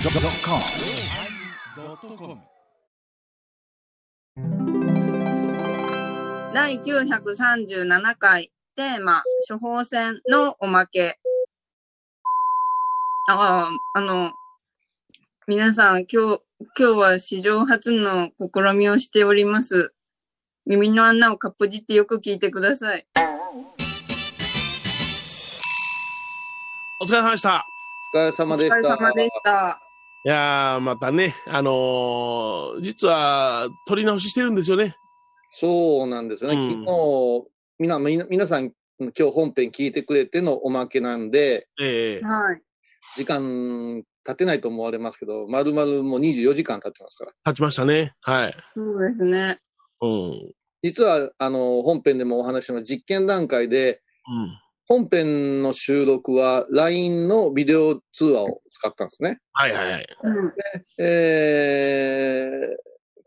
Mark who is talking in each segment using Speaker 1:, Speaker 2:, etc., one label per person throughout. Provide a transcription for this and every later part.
Speaker 1: YONNIRI.com
Speaker 2: 第937回テーマ処方箋のおまけ。ああ、あの、皆さん今日、今日は史上初の試みをしております。耳の穴をかっぽじってよく聞いてください。
Speaker 3: お疲れ様でした。
Speaker 4: お疲れ様
Speaker 2: お疲
Speaker 4: でした。
Speaker 2: れ様でした。
Speaker 3: いやー、またね、あのー実は、撮り直ししてるんですよね。
Speaker 4: そうなんですね。
Speaker 3: うん
Speaker 4: 昨日、みな、みな、皆さん、今日本編聞いてくれてのおまけなんで、
Speaker 3: ええ
Speaker 2: はい。
Speaker 4: 時間経ってないと思われますけど、まるまるもう24時間経ってますから。
Speaker 3: 経ちましたね。はい。
Speaker 2: そうですね。
Speaker 3: うん。
Speaker 4: 実は、あの、本編でもお話しの実験段階で、
Speaker 3: うん。
Speaker 4: 本編の収録は LINE のビデオ通話を使ったんですね。
Speaker 3: はいはいはい。
Speaker 2: うん。
Speaker 4: えー、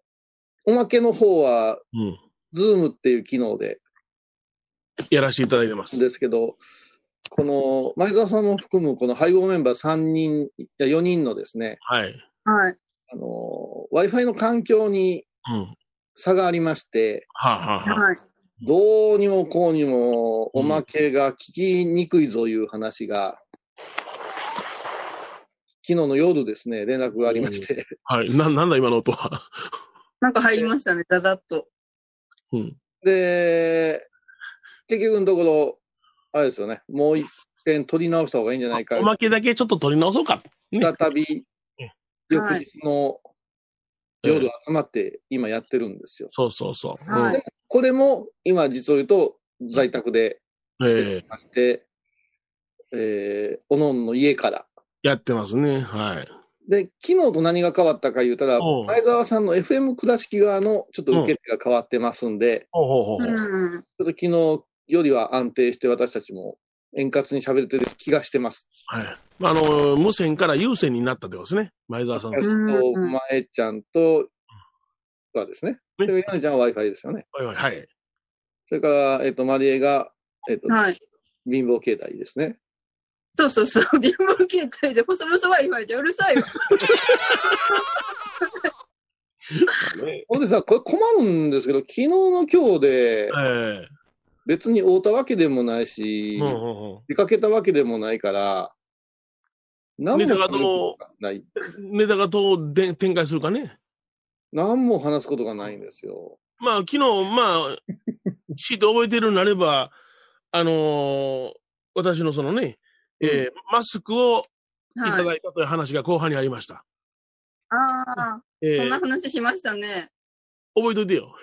Speaker 4: おまけの方は、
Speaker 3: うん。
Speaker 4: Zoom っていう機能で、
Speaker 3: やらせていただいてます。
Speaker 4: ですけど、この前澤さんも含むこの配合メンバー3人、いや4人のですね、
Speaker 3: はい。
Speaker 2: はい。
Speaker 4: あの、Wi-Fi の環境に
Speaker 3: うん。は
Speaker 4: 差がありまして、
Speaker 3: あ、はあはあ、
Speaker 2: はい。
Speaker 4: どうにもこうにもおまけが聞きにくいぞいう話が、昨日の夜ですね、連絡がありまして、
Speaker 3: はい。な、なんだ今の音は。
Speaker 2: なんか入りましたね、ザザッと。
Speaker 3: うん。
Speaker 4: で、結局のところ、あれですよね、もう一点取り直した方がいいんじゃないか
Speaker 3: お、まけだけちょっと撮り直そうか。
Speaker 4: 再び
Speaker 3: うん、
Speaker 4: 翌日の
Speaker 3: え
Speaker 4: 夜
Speaker 3: え
Speaker 4: 集まって今やってるんですよ。
Speaker 3: そうそうそう。
Speaker 2: はい
Speaker 3: うん
Speaker 4: これも今実を言うと在宅で
Speaker 3: ええ
Speaker 4: まして、えー、おのおのの家から。
Speaker 3: やってますね。はい。
Speaker 4: で、昨日と何が変わったか言うたら
Speaker 3: おう、
Speaker 4: 前澤さんの FM 倉敷側のちょっと受け手が変わってますんで、
Speaker 3: ほうほうほう。
Speaker 2: うん。
Speaker 4: ちょっと昨日よりは安定して私たちも円滑に喋れてる気がしてます。
Speaker 3: はい。まあ、あのー無線から有線になったってことですね。前澤さんの。
Speaker 4: 私
Speaker 3: は
Speaker 4: と
Speaker 2: うん
Speaker 4: 前ちゃんとはですね。それから、ヨネちゃんは Wi-Fi ですよね。
Speaker 3: いはいはい。
Speaker 4: それから、えっ、と、マリエが、えっ、と、
Speaker 2: はい。
Speaker 4: 貧乏携帯ですね。
Speaker 2: そうそうそう。貧乏携帯で、細々ワイワイじゃうるさいわ。
Speaker 3: え
Speaker 4: ほんでさ、これ困るんですけど、昨日の今日で
Speaker 3: え、
Speaker 4: 別に会うたわけでもないし、
Speaker 3: うんうんうん。
Speaker 4: 出かけたわけでもないから、何
Speaker 3: ネ
Speaker 4: も
Speaker 3: タが
Speaker 4: 話す
Speaker 3: ど
Speaker 4: ことがない。
Speaker 3: ネタがどうで展開するかね。
Speaker 4: 何も話すことがないんですよ。
Speaker 3: まあ、昨日、まあ、シート覚えてるなれば、あのー私のそのね、えーマスクをいた
Speaker 2: はい。
Speaker 3: だいたという話が後半にありました。
Speaker 2: ああ、
Speaker 3: えー
Speaker 2: そんな
Speaker 3: 覚
Speaker 2: 話しましたね。
Speaker 3: えといてよ。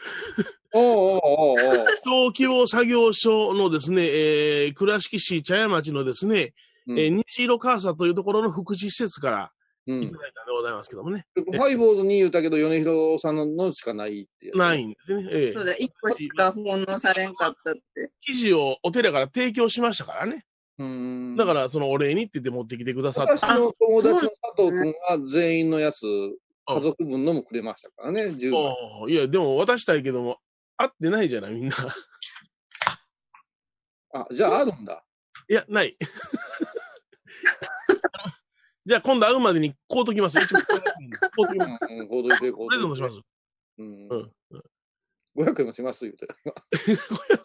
Speaker 4: おうおうおうおう
Speaker 3: 東京作業所のですね、えー倉敷市茶屋町のですね、
Speaker 4: うん
Speaker 3: えー西色川佐というところの福祉施設から
Speaker 4: うん
Speaker 3: いただいたんでございますけどもね。
Speaker 4: ファイボーズに言うたけど、米広さんのしかないってやつ
Speaker 3: ないんですね。えー
Speaker 2: そうだ、一個しか奉納されんかったって。
Speaker 3: 記事をお寺から提供しましたからね。
Speaker 4: うん
Speaker 3: だから、そのお礼にって言って持ってきてくださっ
Speaker 4: 私
Speaker 3: た。
Speaker 4: の友達の
Speaker 2: あ
Speaker 4: 佐藤君は全員のやつ、家族分のもくれましたからね、10枚。
Speaker 3: おーいや、でも渡したいけども、会ってないじゃない、みんな。
Speaker 4: あ、じゃああるんだ。
Speaker 3: いや、ない。 じゃあ今度会うまでに買うときます。一応買うときます
Speaker 4: うんうん、行動して行動
Speaker 3: プレゼントします。
Speaker 4: うん
Speaker 3: うん
Speaker 4: 500円もします、言うて。
Speaker 3: こ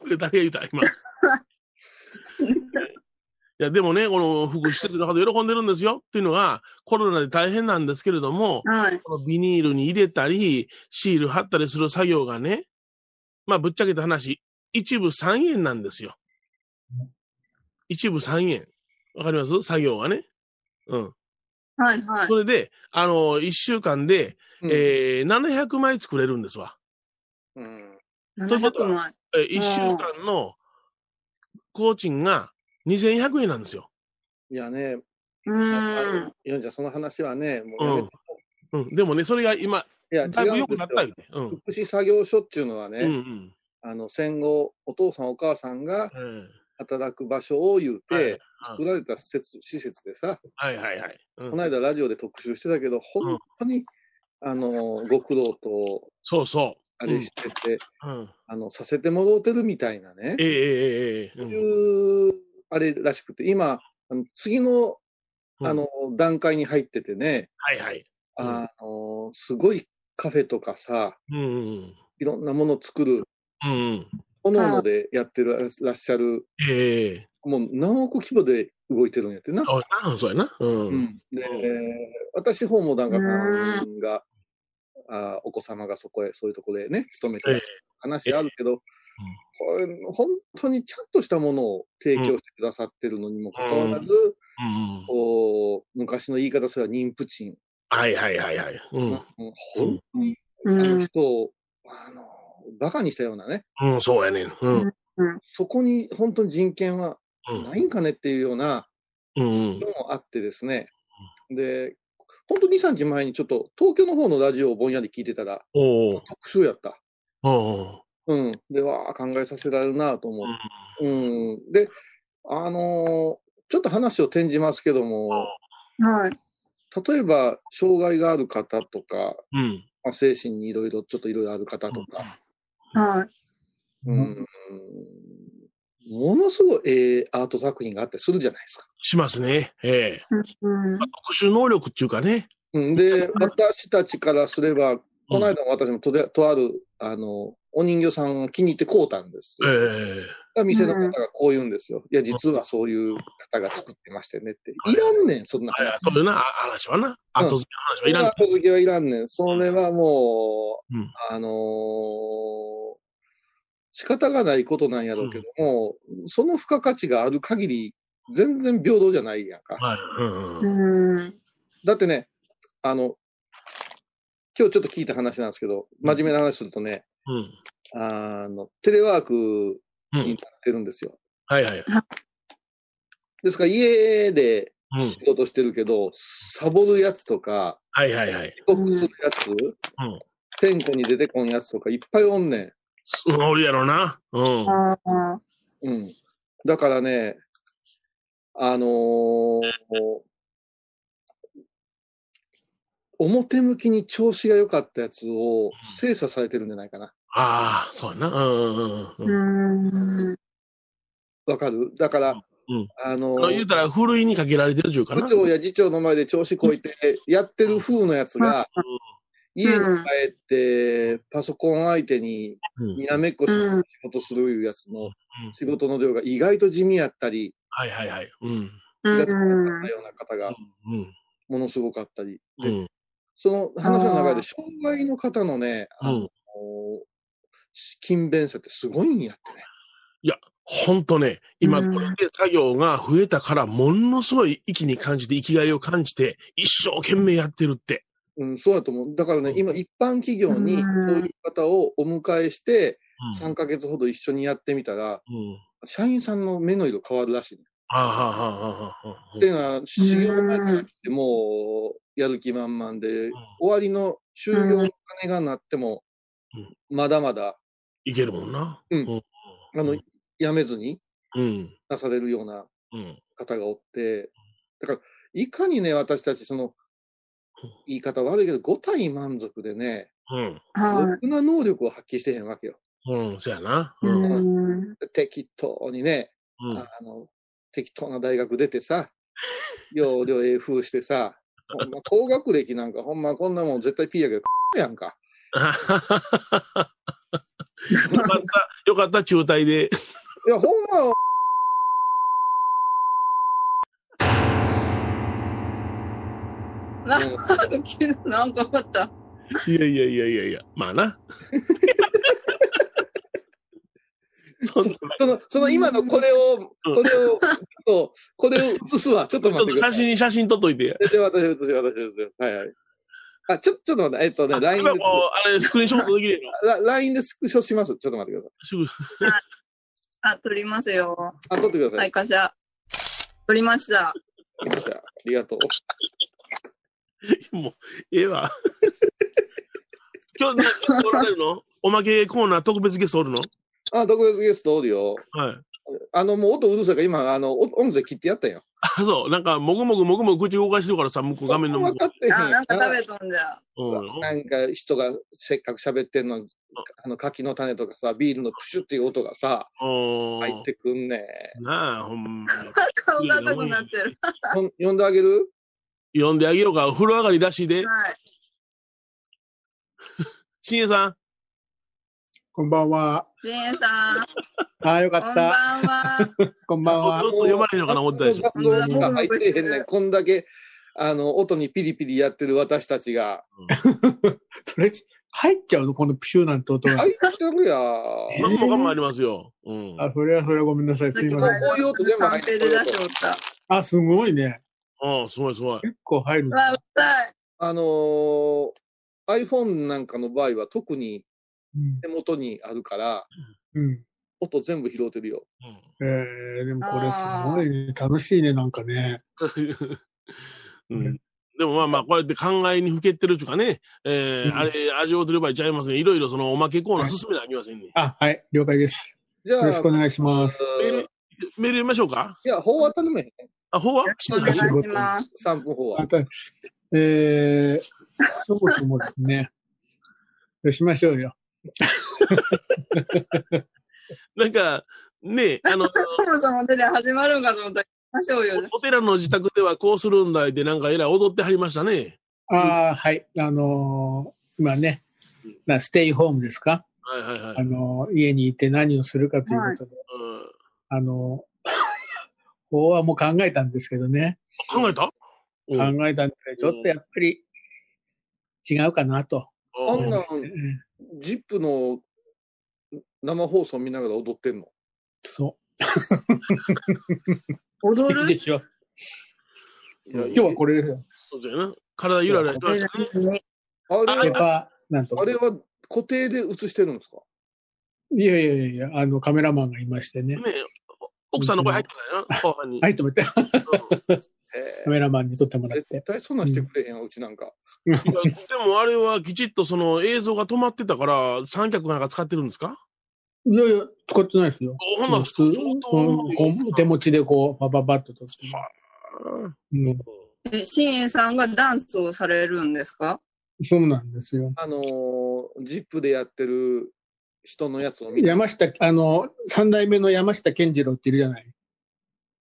Speaker 3: れ誰が言うた 今。いや、でもね、この福祉施設の方喜んでるんですよ。っていうのが、コロナで大変なんですけれども、
Speaker 2: はい。
Speaker 3: このビニールに入れたり、シール貼ったりする作業がね、まあぶっちゃけた話、一部3円なんですよ。一部3円。わかります作業がね。うん。
Speaker 2: はい、はい。
Speaker 3: それで、あの、1週間で、
Speaker 4: うん
Speaker 3: えー、700枚作れるんですわ。
Speaker 4: うん
Speaker 3: ということ
Speaker 2: 700
Speaker 3: は
Speaker 2: 枚。
Speaker 3: えー、1週間の工賃が2100円なんですよ。
Speaker 4: いやね、
Speaker 2: う
Speaker 4: や
Speaker 2: ーん。
Speaker 4: っぱりヨンちゃん、その話はね、もうやめて
Speaker 3: うん。でもね、それが今、
Speaker 4: い
Speaker 3: だ
Speaker 4: や、
Speaker 3: い
Speaker 4: 違う
Speaker 3: ぶ
Speaker 4: ん
Speaker 3: 良く
Speaker 4: で
Speaker 3: なっ
Speaker 4: す
Speaker 3: た
Speaker 4: よ
Speaker 3: よね。うん。
Speaker 4: 福祉作業所っていうのはね、
Speaker 3: うんうん。
Speaker 4: あの戦後、お父さん、お母さんが
Speaker 3: えー
Speaker 4: 働く場所を言う
Speaker 3: はいはい
Speaker 4: て、作られた施設施設でさ、
Speaker 3: はいはいはい。うん
Speaker 4: この間ラジオで特集してたけど、本当に、あのご苦労と
Speaker 3: そうそ
Speaker 4: あれしてて、
Speaker 3: う。うん。
Speaker 4: あのさせてもろうてるみたいなね、
Speaker 3: ええええええええ
Speaker 4: そういうあれらしくて、今、あの次の
Speaker 3: うん
Speaker 4: あの、段階に入っててね、
Speaker 3: はいはい。うん
Speaker 4: あの、すごいカフェとかさ、
Speaker 3: うんうん
Speaker 4: いろんなもの作る、
Speaker 3: うん。うん。
Speaker 4: 各々でやってららっしゃる、
Speaker 3: ええ
Speaker 4: もう何億規模で動いてるんやってな。
Speaker 3: そうやな、そうやな。うん。
Speaker 4: うんで、
Speaker 3: うん
Speaker 4: 私、訪問檀家さんが、あーお子様がそこへ、そういうところでね、勤めてらっしゃる話あるけど、これ本当にちゃんとしたものを提供してくださってるのにもかかわらず、
Speaker 3: うんうん
Speaker 4: こう昔の言い方すれば妊婦賃、
Speaker 3: はいはいはいはい。うん。
Speaker 4: うんほん
Speaker 2: う
Speaker 4: あの
Speaker 2: ん。
Speaker 4: 人を、あの、バカにしたようなね、
Speaker 3: うん、そうやねん。うん。
Speaker 4: そこに本当に人権は
Speaker 3: うん
Speaker 4: ないんかねっていうような
Speaker 3: うん。うん
Speaker 4: のもあってですね、で、本当2、3日前にちょっと東京の方のラジオをぼんやり聞いてたら、
Speaker 3: おう
Speaker 4: 特集やった。
Speaker 3: おう
Speaker 4: うん。で、わあ、考えさせられるなと思う。うん。で、あのーちょっと話を転じますけども、
Speaker 2: はい。
Speaker 4: 例えば、障害がある方とか、
Speaker 3: うん。
Speaker 4: まあ、精神にいろいろ、ちょっといろいろある方とか、
Speaker 2: はい。
Speaker 4: うん、ものすごい、えーアート作品があったりするじゃないですか。
Speaker 3: しますね。ええ。
Speaker 2: うん。
Speaker 3: 特殊能力っていうかね。
Speaker 4: うん、で、私たちからすれば、この間も私もとでとある、あの、お人形さんを気に入って買うたんです。
Speaker 3: ええ。
Speaker 4: 店の方がこう言うんですよ。いや、実はそういう方が作ってましたよねって。いらんねん、そんな
Speaker 3: はいはい
Speaker 4: 話。
Speaker 3: そういうな、あ話はな。後付けの話はいらん。
Speaker 4: 後付けはいらんねん。それはもう、
Speaker 3: うん
Speaker 4: あのー仕方がないことなんやろうけども、その付加価値がある限り、全然平等じゃないやんか。
Speaker 3: はい。うんうん。
Speaker 2: うん。
Speaker 4: だってね、あの、今日ちょっと聞いた話なんですけど、真面目な話するとね、
Speaker 3: うん。
Speaker 4: あの、テレワーク
Speaker 3: う
Speaker 4: に
Speaker 3: ん。
Speaker 4: なってるんですよ。
Speaker 3: はいはい。
Speaker 4: ですから家で
Speaker 3: うん
Speaker 4: 仕。事してるけど、サボるやつとか、
Speaker 3: はいはいはい。
Speaker 4: 帰国するやつ、
Speaker 3: ん
Speaker 4: 店舗に出てこんやつとかいっぱいおんね
Speaker 3: うんおるやろな。うん。
Speaker 2: ああ。
Speaker 4: ん。うん。だからね、あのー表向きに調子が良かったやつを精査されてるんじゃないかな。
Speaker 3: ああ、そうやな。うんうんうん
Speaker 2: う
Speaker 3: うん。
Speaker 2: ん。
Speaker 4: わかるだから、
Speaker 3: うん
Speaker 4: あの
Speaker 3: あの言う
Speaker 4: ー
Speaker 3: たら、ふるいにかけられてるというかな。
Speaker 4: 部長や次長の前で調子こいてやってる風のやつが、家に帰ってパソコン相手に
Speaker 3: うん
Speaker 4: にらめっこし
Speaker 2: う
Speaker 4: て
Speaker 2: ん。
Speaker 4: 仕事するいうやつの仕事の量が意外と地味やったり、
Speaker 3: はいはいはい。うん。
Speaker 2: う
Speaker 4: 気がつかなかっ
Speaker 2: ん
Speaker 4: た。ような方が
Speaker 3: うん。
Speaker 4: ものすごかったり、
Speaker 3: う
Speaker 4: で
Speaker 3: ん。
Speaker 4: その話の中で、障害の方のね、あ
Speaker 3: う
Speaker 4: の
Speaker 3: ん。
Speaker 4: 勤勉さってすごいんやってね。
Speaker 3: ほんとね、今
Speaker 2: うん
Speaker 3: これで作業が増えたから、ものすごい息に感じて、生きがいを感じて、一生懸命やってるって。
Speaker 4: うん、そうだと思う。だからね、
Speaker 3: うん
Speaker 4: 今、一般企業に
Speaker 2: うん
Speaker 4: そういう方をお迎えして、
Speaker 3: うん。
Speaker 4: 3ヶ月ほど一緒にやってみたら、
Speaker 3: うん、
Speaker 4: 社員さんの目の色変わるらしいね。
Speaker 3: ああ、はあ、はあ、はあ。
Speaker 4: っていうのは、修行前からってもう、やる気満々で、終わりの就業の金がなっても
Speaker 3: うん、
Speaker 4: まだまだ、
Speaker 3: いけるもんな。
Speaker 4: うんあの
Speaker 3: うん、
Speaker 4: やめずに
Speaker 3: うん。
Speaker 4: なされるような
Speaker 3: うん。
Speaker 4: 方がおって、だから、いかにね、私たち、その、言い方悪いけど、五体満足でね、
Speaker 3: うん。
Speaker 4: ろ
Speaker 2: は
Speaker 4: くな能力を発揮してへんわけよ。
Speaker 3: うん。そやな。
Speaker 2: い。
Speaker 3: うん。うん。
Speaker 2: うん。
Speaker 4: 適当にね、
Speaker 3: うん
Speaker 4: あの、適当な大学出てさ、要領英風してさ、ほんま高学歴なんか、ほんまこんなもん絶対 P やけど、 やんか。
Speaker 3: よかった、よかった、中退で。
Speaker 4: いや、ほんまは、
Speaker 2: なんか、急になんかあった。
Speaker 3: いやいやいやいやいや、まあ な。そんな
Speaker 4: その、その今のこれを、
Speaker 3: うん
Speaker 4: これを、そうこれを映すわ。ちょっと
Speaker 3: ちょ
Speaker 4: 待
Speaker 3: っと
Speaker 4: ってくだ
Speaker 3: 写
Speaker 4: さい。
Speaker 3: 真、写真撮っといてや。
Speaker 4: 写真。私、私、私、私、はいはい。あ、ちょ、ちょっと待って、えっとね、
Speaker 3: 今
Speaker 4: LINE で
Speaker 3: もう、あれ、スクリーンショットできる やろ。
Speaker 4: ラ、LINE でスクショします。ちょっと待ってくだ
Speaker 3: すぐ。
Speaker 2: あ、撮りますよ。
Speaker 4: さい。あ、撮ってくださ。
Speaker 2: はいい、会社。撮りました。
Speaker 4: よっしゃありがとう。
Speaker 3: もう、ええわ。今日、なゲストおられるのおまけコーナー特別ゲストおるの
Speaker 4: あ、特別ゲストおるよ。
Speaker 3: はい。
Speaker 4: あの、もう音うるさいから今、あの、お音声切ってやったんよ。
Speaker 3: あ、そう。なんか、もぐもぐもぐもぐ口動かしてるからさ、向こう画面の向
Speaker 4: 分か
Speaker 3: こ
Speaker 4: ってへん
Speaker 2: あ、
Speaker 4: や
Speaker 2: なんんか食べとんじゃ。
Speaker 3: う。うん。
Speaker 4: なんか人がせっかく喋ってんのに、あの柿の種とかさ、ビールのプシュっていう音がさ、
Speaker 3: うん
Speaker 4: 入ってくんねん。
Speaker 3: なあ、ほんまに。
Speaker 2: 顔が赤くなってる。
Speaker 4: ほん呼んであげる
Speaker 3: 呼んであげようか。お風呂上がりらしいで。
Speaker 2: はい。
Speaker 3: しんえさん。
Speaker 1: こんばんは。
Speaker 2: ジェーンさん、
Speaker 1: ああ、よか
Speaker 2: こんば
Speaker 1: っ
Speaker 2: ん
Speaker 1: た。
Speaker 2: は。
Speaker 1: こんばんは
Speaker 3: ちょ。っと呼ばれへんのかな思ったでしょ
Speaker 4: 雑音が入ってへんねん。こんだけ、あの、音にピリピリやってる私たちが。
Speaker 1: それ、入っちゃうのこのプシューなんて音が
Speaker 4: 入。ってるやん。
Speaker 1: え
Speaker 3: 僕も我慢ありますよ。うん。
Speaker 1: あ、それはそれはごめんなさい。すいません。
Speaker 4: こういう音全部入
Speaker 2: 完
Speaker 4: って
Speaker 2: 成
Speaker 4: る
Speaker 2: で出しおった。
Speaker 1: あ、すごいね。
Speaker 3: うん、すごいすごい。
Speaker 1: 結構入る
Speaker 2: う。わ、うたい。
Speaker 4: あのー、iPhone なんかの場合は特に
Speaker 1: うん
Speaker 4: 手元にあるから、
Speaker 1: うん。
Speaker 4: 音全部拾ってるよ。
Speaker 3: うん
Speaker 1: えー、でもこれすごいね。楽しいね、なんかね。
Speaker 3: うんでもまあまあ、こうやって考えにふけってるというかね、えー
Speaker 1: うん
Speaker 3: あれ、味を取ればいちゃいますね。いろいろそのおまけコーナー進めなきゃいけませんね。
Speaker 1: あ、はい、了解です。
Speaker 4: じゃあ、
Speaker 1: よろしくお願いしま
Speaker 4: う
Speaker 1: す。
Speaker 4: ー
Speaker 3: メ
Speaker 4: ん
Speaker 3: ール読みましょうか
Speaker 4: いや、法は頼めへん。
Speaker 3: あ、ほうは
Speaker 2: お願いします。
Speaker 4: 3分法
Speaker 1: ま
Speaker 4: は。
Speaker 1: た、えー、そもそもですね。よしましょうよ。
Speaker 3: なんか、 ねあの、
Speaker 2: そもそも手で始まるんかと思ったら、ましょうよ。
Speaker 3: お寺の自宅ではこうするんだいで、なんかえらい踊ってはりましたね。
Speaker 1: ああ、はい。あのー今ね、なステイホームですか、
Speaker 3: はいはいは
Speaker 1: あ
Speaker 3: い。
Speaker 1: のー家にいて何をするかということで、あの ー法はもう考えたんですけどね。
Speaker 3: うん、考えたうん
Speaker 1: 考えたんですけど、ちょっとやっぱり違うかなと。
Speaker 4: あ
Speaker 3: うんん
Speaker 4: なん、
Speaker 1: えー
Speaker 4: ジップの生放送見ながら踊ってんの。
Speaker 1: そ
Speaker 2: 踊
Speaker 1: う。いい
Speaker 2: る
Speaker 1: でしょ。今日はこれですよ。
Speaker 3: そうだよな。体ゆらゆらしてましたね。
Speaker 4: あ
Speaker 1: ペ
Speaker 4: れは、
Speaker 1: ーパーなんとか
Speaker 4: あ。れは固定で映してるんですか
Speaker 1: いやいやいやいや、あの、カメラマンがいましてね。
Speaker 3: ね奥さんの声入ってたよな、後半に。
Speaker 1: はい、止めて。カ
Speaker 4: え
Speaker 1: メラマンに撮っても
Speaker 4: ー
Speaker 1: らっ
Speaker 4: 絶
Speaker 1: て。
Speaker 4: 対そんなんしてくれへんわ、うちなんか。
Speaker 3: いやでもあれはきちっとその映像が止まってたから、三脚なんか使ってるんですか
Speaker 1: いやいや、使ってないですよ。
Speaker 3: ほんなら
Speaker 1: 普通、
Speaker 3: 相
Speaker 1: うんこう手
Speaker 3: 当
Speaker 1: 持ちでこう、バババッと撮って。うん、
Speaker 2: え、シエンさんがダンスをされるんですか
Speaker 1: そうなんですよ。
Speaker 4: あのージップでやってる人のやつを見て、
Speaker 1: 山下、あの、三代目の山下健次郎っているじゃない。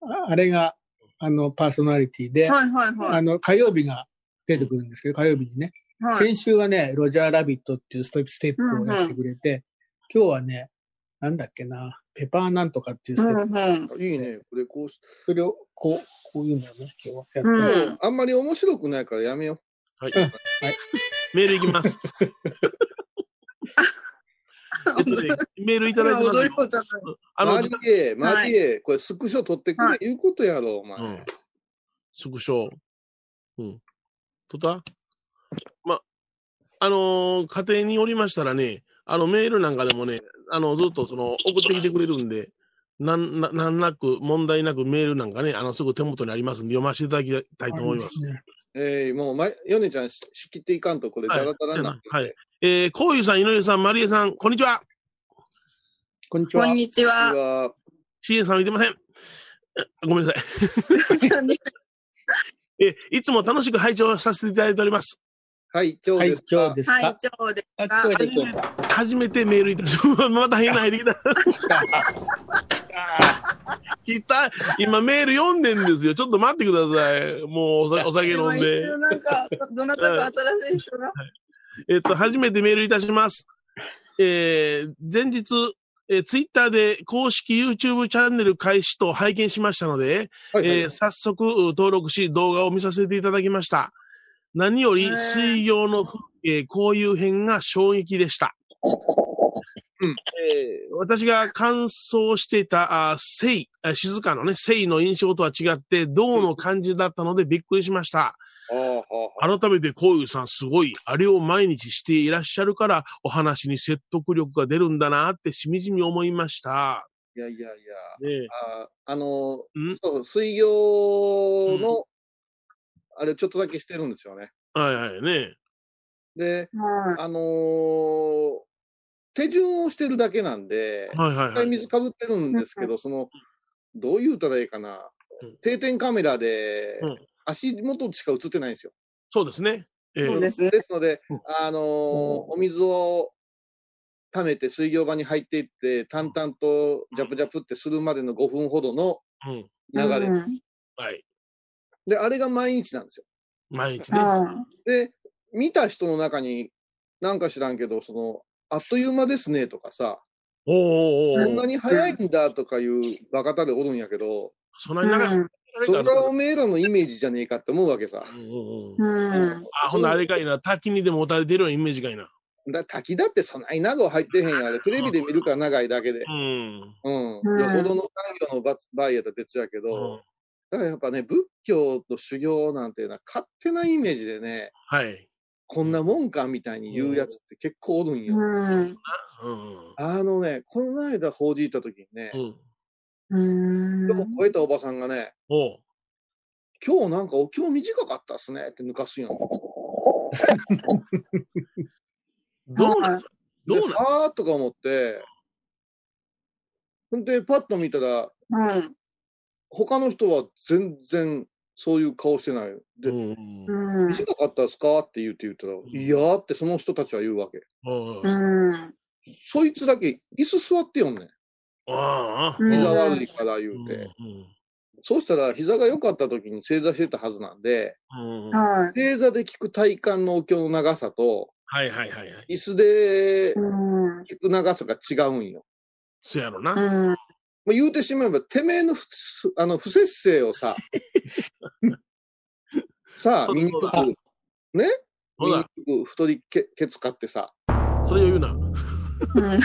Speaker 1: ああれが、あの、パーソナリティで、
Speaker 2: はいはいは
Speaker 1: あの、火曜日が出てくるんですけど、火曜日にね。
Speaker 2: い。はい。
Speaker 1: 先週はね、ロジャーラビットっていうステップをやってくれて、今日はね、なんだっけな、ペパーなんとかっていう
Speaker 2: う
Speaker 1: ステ
Speaker 2: ん
Speaker 1: ップ。
Speaker 2: うん。
Speaker 4: いいね、これこうし
Speaker 1: それを、こう、こういうのをね、今日
Speaker 2: う
Speaker 1: はやって。
Speaker 2: ん。
Speaker 4: あんまり面白くないからやめよ
Speaker 3: はい。メールいきます。えっとねメールいただいてま
Speaker 2: 踊
Speaker 3: すよ
Speaker 2: り。子ちゃんの
Speaker 4: う。
Speaker 3: あの、
Speaker 4: マ
Speaker 3: う
Speaker 4: ジで、マジで、これスクショ撮ってく
Speaker 2: は
Speaker 4: れ、いうことやろ、お前。
Speaker 3: ん。縮小。うん。とたま、あのー家庭におりましたらね、あの、メールなんかでもね、あの、ずっとその、送ってきてくれるんで、なん、な、なんなく、問題なくメールなんかね、あの、すぐ手元にありますんで、読ませていただきたいと思います。
Speaker 1: ね。
Speaker 4: えー、もう、ま、ヨネちゃんし仕切っていかんと、これ、ダラダラになって。
Speaker 3: はい。えー、こういうさん、井上さん、まりえさん、こんにちは。
Speaker 1: こんにち
Speaker 2: こ
Speaker 1: は
Speaker 2: ん。にち
Speaker 4: う
Speaker 2: は。
Speaker 4: わ
Speaker 3: 支援さん見てません。えごめんなさい。え、いつも楽しく拝聴させていただいております。
Speaker 4: はい、今
Speaker 1: は
Speaker 4: 日で
Speaker 1: い、
Speaker 4: すか。
Speaker 1: 今日です
Speaker 2: はい
Speaker 1: か。、
Speaker 2: 今日で
Speaker 1: あ
Speaker 2: すが
Speaker 1: 今日で今日か。
Speaker 3: 初めてメールいたしま また変な入ってきた。来た。今メール読んでんですよ。ちょっと待ってください。もうお酒お酒飲
Speaker 2: 今
Speaker 3: ん
Speaker 2: 一
Speaker 3: で。
Speaker 2: 瞬なんか、どなたか新しい人が。
Speaker 3: えっと、初めてメールいたします。えー、前日、えー、ツイッターで公式 YouTube チャンネル開始と拝見しましたので、
Speaker 4: はいはい
Speaker 3: えー早速う登録し動画を見させていただきました。何よ
Speaker 2: へー
Speaker 3: り水曜の風景、こういう編が衝撃でした。
Speaker 4: うん
Speaker 3: えー私が感想していた、あせい、あ静かのね、せいの印象とは違って、銅の感じだったのでびっくりしました。
Speaker 4: あーはあはあ
Speaker 3: 改めてこういうさんすごい、あれを毎日していらっしゃるから、お話に説得力が出るんだなってしみじみ思いました。
Speaker 4: いやいやいや。
Speaker 3: ねえ
Speaker 4: あーあの
Speaker 3: ん
Speaker 4: ー、そう、水曜の、あれ、ちょっとだけしてるんですよね。
Speaker 3: はいはいね。
Speaker 4: で、
Speaker 2: はい
Speaker 4: あのー手順をしてるだけなんで、
Speaker 3: はいはい
Speaker 4: 一
Speaker 3: は
Speaker 4: 回
Speaker 3: い。
Speaker 4: 水かぶってるんですけど、その、どう言うたらいいかな。
Speaker 3: うん
Speaker 4: 定点カメラで
Speaker 3: うん
Speaker 4: 足元しか映ってないんですよ。
Speaker 3: そうですね。ええ
Speaker 2: そうですね。
Speaker 4: ですので
Speaker 3: うん、
Speaker 4: あのーお水を溜めて水行場に入っていって、淡々とジャプジャプってするまでの5分ほどの
Speaker 3: うん。
Speaker 4: 流れ。
Speaker 2: うん
Speaker 3: はい。
Speaker 4: で、あれが毎日なんですよ。
Speaker 3: 毎日ね。
Speaker 2: あ
Speaker 4: で、見た人の中に、なんか知らんけど、その、あっという間ですねとかさ、
Speaker 3: おおお
Speaker 4: こ
Speaker 3: ー
Speaker 4: んなに早いんだとかいうバカたでおるんやけど、
Speaker 3: そんな
Speaker 2: あ
Speaker 3: に長い。
Speaker 2: うん
Speaker 4: それがおめえらのイメージじゃねえかって思うわけさ。
Speaker 3: うんうんうん
Speaker 2: うん。
Speaker 3: あ、ほんならあれかいな。滝にでも打たれてるようなイメージがいいな。
Speaker 4: だ滝だってそない長入ってへんやんあれ。テレビで見るから長いだけで
Speaker 3: う。ん。
Speaker 4: うん。よ
Speaker 2: うん
Speaker 4: ほどの産業の場場合やったら別やけ
Speaker 3: う
Speaker 4: ど、
Speaker 3: ん
Speaker 4: だからやっぱね、仏教と修行なんていうのは勝手なイメージでね、
Speaker 3: はい。
Speaker 4: こんなもんかみたいに言うやつって結構おるんよ。
Speaker 2: うん。
Speaker 3: うん。
Speaker 4: あのね、この間報じいた時にね
Speaker 3: う、ん。
Speaker 2: うん。
Speaker 4: 今日超えたおばさんがね、
Speaker 3: おう
Speaker 4: 今日なんかお経短かったっすねって抜かすんよ。
Speaker 3: どうなんですかどうなん
Speaker 4: であーとか思って、ほんで、パッと見たら、
Speaker 2: うん。
Speaker 4: 他の人は全然そういう顔してない。で、
Speaker 3: うんうん
Speaker 2: うん。
Speaker 4: 短かったですかって言うって言ったら、いやーってその人たちは言うわけ。
Speaker 3: おう
Speaker 2: うん。
Speaker 4: そいつだけ椅子座ってよんねん。
Speaker 3: ああ。
Speaker 2: うん
Speaker 4: 膝悪いから言
Speaker 3: う
Speaker 4: うんて。
Speaker 3: うん
Speaker 4: そうしたら膝が良かった時に正座してたはずなんで、
Speaker 3: うんは
Speaker 2: はい。
Speaker 4: 正座で聞く体感のお経の長さと、
Speaker 3: いはいはいはい。
Speaker 4: 椅子で
Speaker 2: うん。
Speaker 4: 聞く長さが違うんよ。
Speaker 3: そやろな。
Speaker 2: うん。
Speaker 4: まあ、言うてしまえば、てめえの不あの不節制 をさ、さあ、
Speaker 3: そうだ
Speaker 4: 見にく
Speaker 3: そう
Speaker 4: く
Speaker 3: だ、そう
Speaker 4: 見に
Speaker 3: だ。
Speaker 4: くく太りけケツ買ってさ、
Speaker 3: それを言うな。
Speaker 2: うん。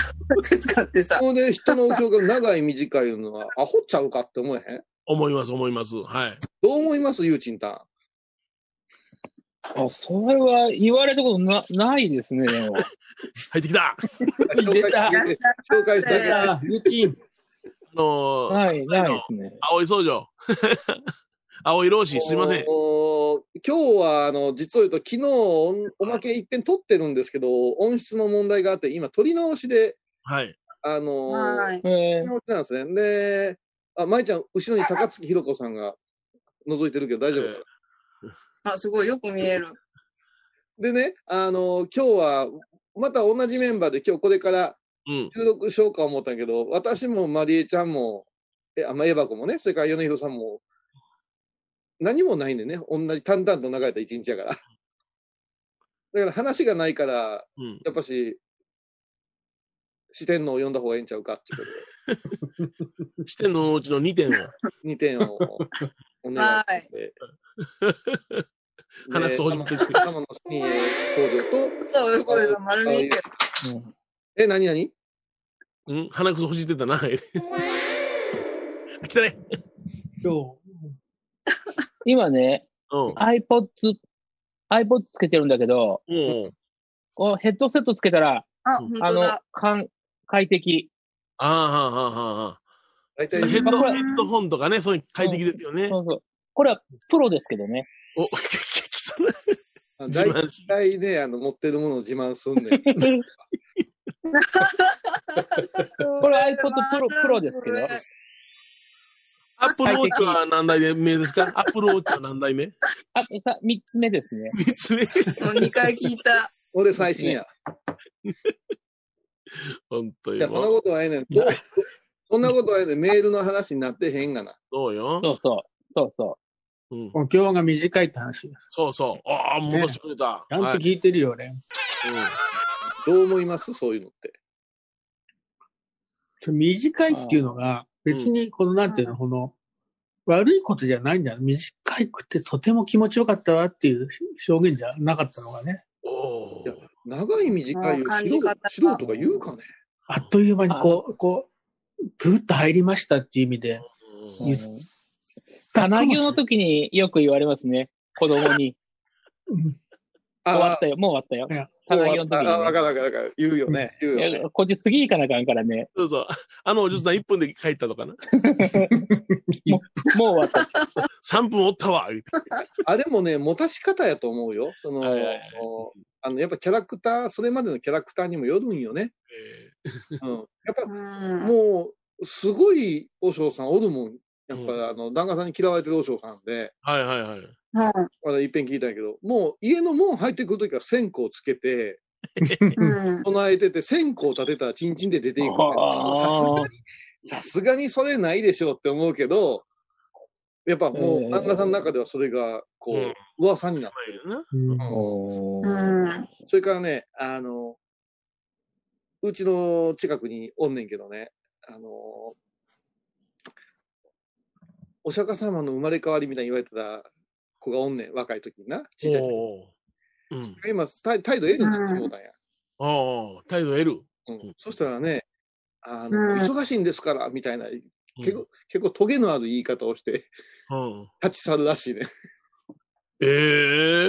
Speaker 2: 使ってさ。
Speaker 4: ほんで人のお経が長い短いいうの は、アホちゃうかって思えへん
Speaker 3: 思います思います。はい。
Speaker 4: どう思いますゆうちんたん。
Speaker 5: あ、それは言われたことなないですね、でも。
Speaker 3: 入ってきた。あ
Speaker 4: 紹介してあげて、紹介してあげて。
Speaker 1: あ、ユキン。
Speaker 3: のー、
Speaker 5: ない、ないですね。
Speaker 3: 青い僧侶。 青い老子、すいません。
Speaker 4: おー今日は、あの、実を言うと、昨日お、おまけ一遍撮ってるんですけど、音質の問題があって、今、撮り直しで、
Speaker 3: はい。
Speaker 4: あのー
Speaker 2: はい。
Speaker 5: えー
Speaker 4: 撮り直しなんですね。で、あ、舞ちゃん、後ろに高槻ひろ子さんが覗いてるけど大丈夫かな、
Speaker 2: あ、すごい。よく見える。
Speaker 4: でね、あのー今日は、また同じメンバーで、今日これから
Speaker 3: うん。
Speaker 4: 収録しようか思ったんやけど、私もまりえちゃんも、え、あ、まあ、エバ子もね、それから米広さんも、何もないんでね、同じ淡々と流れた一日やから。だから話がないから、
Speaker 3: うん。
Speaker 4: やっぱし、四天王を読んだ方がええんちゃうかっていうこ
Speaker 3: 四天王のうちの2点を
Speaker 4: とで、二点をお願
Speaker 2: はい
Speaker 4: し
Speaker 2: い。
Speaker 4: て。
Speaker 3: 話す方
Speaker 4: で
Speaker 3: に
Speaker 4: 天
Speaker 3: ついて。
Speaker 4: 野の新栄僧侶と、
Speaker 2: そう、横井さん、丸見えてる。
Speaker 5: うん
Speaker 4: え、何々
Speaker 3: うん。鼻くそほじってたな。来たね。
Speaker 1: 今日、
Speaker 5: 今ね、
Speaker 3: うん。
Speaker 5: iPods、iPods つけてるんだけど、
Speaker 3: うん。
Speaker 5: こうヘッドセットつけたら、
Speaker 2: あ、本
Speaker 5: あ
Speaker 2: 当
Speaker 5: の
Speaker 2: だ。、
Speaker 5: かん快適。
Speaker 3: ああ、はあ、はあ、はあ。
Speaker 4: 大
Speaker 3: ヘ
Speaker 4: 体、
Speaker 3: ッ
Speaker 5: まあ
Speaker 3: ド、
Speaker 5: これ
Speaker 3: ヘッドホンとかね、そういう快適ですよね。お、
Speaker 5: そうそう。これはプロですけどね。
Speaker 3: 自
Speaker 4: 大
Speaker 3: 慢し
Speaker 4: 体ね、あの、持ってるものを自慢すんねん。
Speaker 5: これ iPod Pro Pro ですけど
Speaker 3: アップルウォッチは何代目ですかアップルウォッチは何代目
Speaker 5: あ、さ、三つ目ですね。
Speaker 3: 三つ
Speaker 2: も
Speaker 3: 目。
Speaker 2: う2回聞いた。
Speaker 4: 俺最新や。
Speaker 3: 本当
Speaker 4: いや、そんな
Speaker 3: よ。
Speaker 4: ことはええねん。どうそんなことはええねん。メールの話になってへんがな。
Speaker 3: そうよ。
Speaker 5: そうそう。そうそ
Speaker 3: うん
Speaker 1: お経が短いって話。ち
Speaker 3: そうそう。ああ、戻してくれた。
Speaker 1: ゃんと
Speaker 3: はい
Speaker 1: 聞いてるよ、俺。
Speaker 3: うん
Speaker 4: どう思いますそういうのって。
Speaker 1: それ短いっていうのが、
Speaker 3: ー
Speaker 1: 別に、この、なんていう
Speaker 2: う
Speaker 1: の、この、悪いことじゃないんだよ。短くてとても気持ちよかったわっていう表現じゃなかったのがね。
Speaker 3: おー
Speaker 4: いや長い短いを
Speaker 2: あー感
Speaker 4: 素人
Speaker 2: じ方
Speaker 4: 素人が言うかね。
Speaker 1: あっという間にこう、こう、ぐーっと入りましたっていう意味で。
Speaker 5: う。
Speaker 3: うん
Speaker 1: 言っ
Speaker 5: うん棚牛の時によく言われますね。子供に。
Speaker 1: うん
Speaker 5: 終わ
Speaker 4: あ
Speaker 5: ったよ、もう終わったよ
Speaker 1: いや。
Speaker 5: 棚牛の時
Speaker 4: あ、あわ
Speaker 5: に
Speaker 4: かるわかるわかる。言うよね。言うよ
Speaker 5: ねい
Speaker 4: ね。
Speaker 5: や。こっち次行かなあかんからね。
Speaker 3: そうそう。あのおじさん1分で帰ったとかな。
Speaker 5: もう終わった。
Speaker 3: 3分おったわ。言うて
Speaker 4: あれもね、持たし方やと思うよ。その
Speaker 3: はいはいはい、
Speaker 4: あの、やっぱキャラクター、それまでのキャラクターにもよるんよね。
Speaker 3: え
Speaker 4: うん。やっぱ、
Speaker 2: うん。
Speaker 4: もう、すごい和尚さんおるもん。やっぱり、あの、檀家さんに嫌われてる和尚さんで、
Speaker 3: はいはいは
Speaker 2: は
Speaker 3: い。
Speaker 2: い。
Speaker 4: まだいっぺん聞いたんやけど、もう家の門入ってくるときは線香つけて、
Speaker 2: うん。
Speaker 4: 唱えてて、線香立てたらチンチンで出ていくんだよさすがに、さすがにそれないでしょうって思うけど、やっぱもう、
Speaker 5: えー
Speaker 4: 旦那さんの中ではそれが、こう、
Speaker 3: うん
Speaker 4: 噂になってる。
Speaker 3: な
Speaker 1: うん
Speaker 5: おー
Speaker 2: うん。
Speaker 4: それからね、あの、うちの近くにおんねんけどね、あの、お釈迦様の生まれ変わりみたいに言われてた子がおんねん、若い時にな、ちっちゃい時に。
Speaker 3: おーうん。
Speaker 4: 今、態態度ええのになってもうたんや。
Speaker 3: ああ、態度得る。
Speaker 4: うんそしたらね、あの、
Speaker 2: うん
Speaker 4: 忙しいんですから、みたいな、
Speaker 3: うん
Speaker 4: 結構、結構トゲのある言い方をして、
Speaker 3: うん。
Speaker 4: 立ち去るらしいね。うん
Speaker 3: え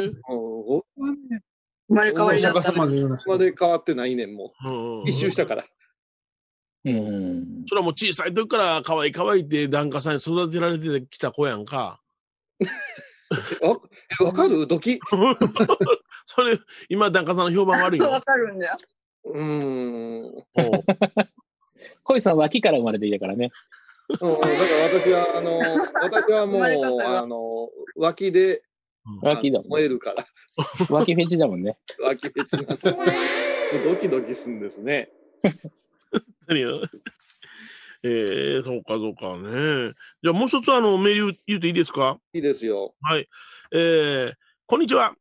Speaker 3: え
Speaker 4: ほんまね
Speaker 2: 生まれ変わりだった。
Speaker 1: 様のような
Speaker 4: 生まで変わってないねん、も
Speaker 3: うんうん
Speaker 4: う。一周したから。
Speaker 5: うん。
Speaker 3: それはもう小さい時から可愛い可愛いって檀家さんに育てられてきた子やん か。
Speaker 4: あわかるドキ。
Speaker 3: それ、今檀家さんの評判悪い
Speaker 2: わ
Speaker 3: よ。
Speaker 2: かるんだよ。
Speaker 4: うーん。
Speaker 3: おう
Speaker 5: 恋さん脇から生まれてきたからね。
Speaker 4: うんだから私は、あの、私はも
Speaker 2: 生まれ方
Speaker 4: う、
Speaker 2: が
Speaker 4: あの、脇で、あの
Speaker 5: 脇だもん
Speaker 4: 燃
Speaker 5: ね。
Speaker 4: えるから、
Speaker 5: 脇フェチだもんね。
Speaker 4: 脇別なんです。もうドキドキすんですね。
Speaker 3: 何よ ええそうかそうかね。じゃあもう一つあのメール言うていいですか
Speaker 4: いいですよ。
Speaker 3: ええこんにちは。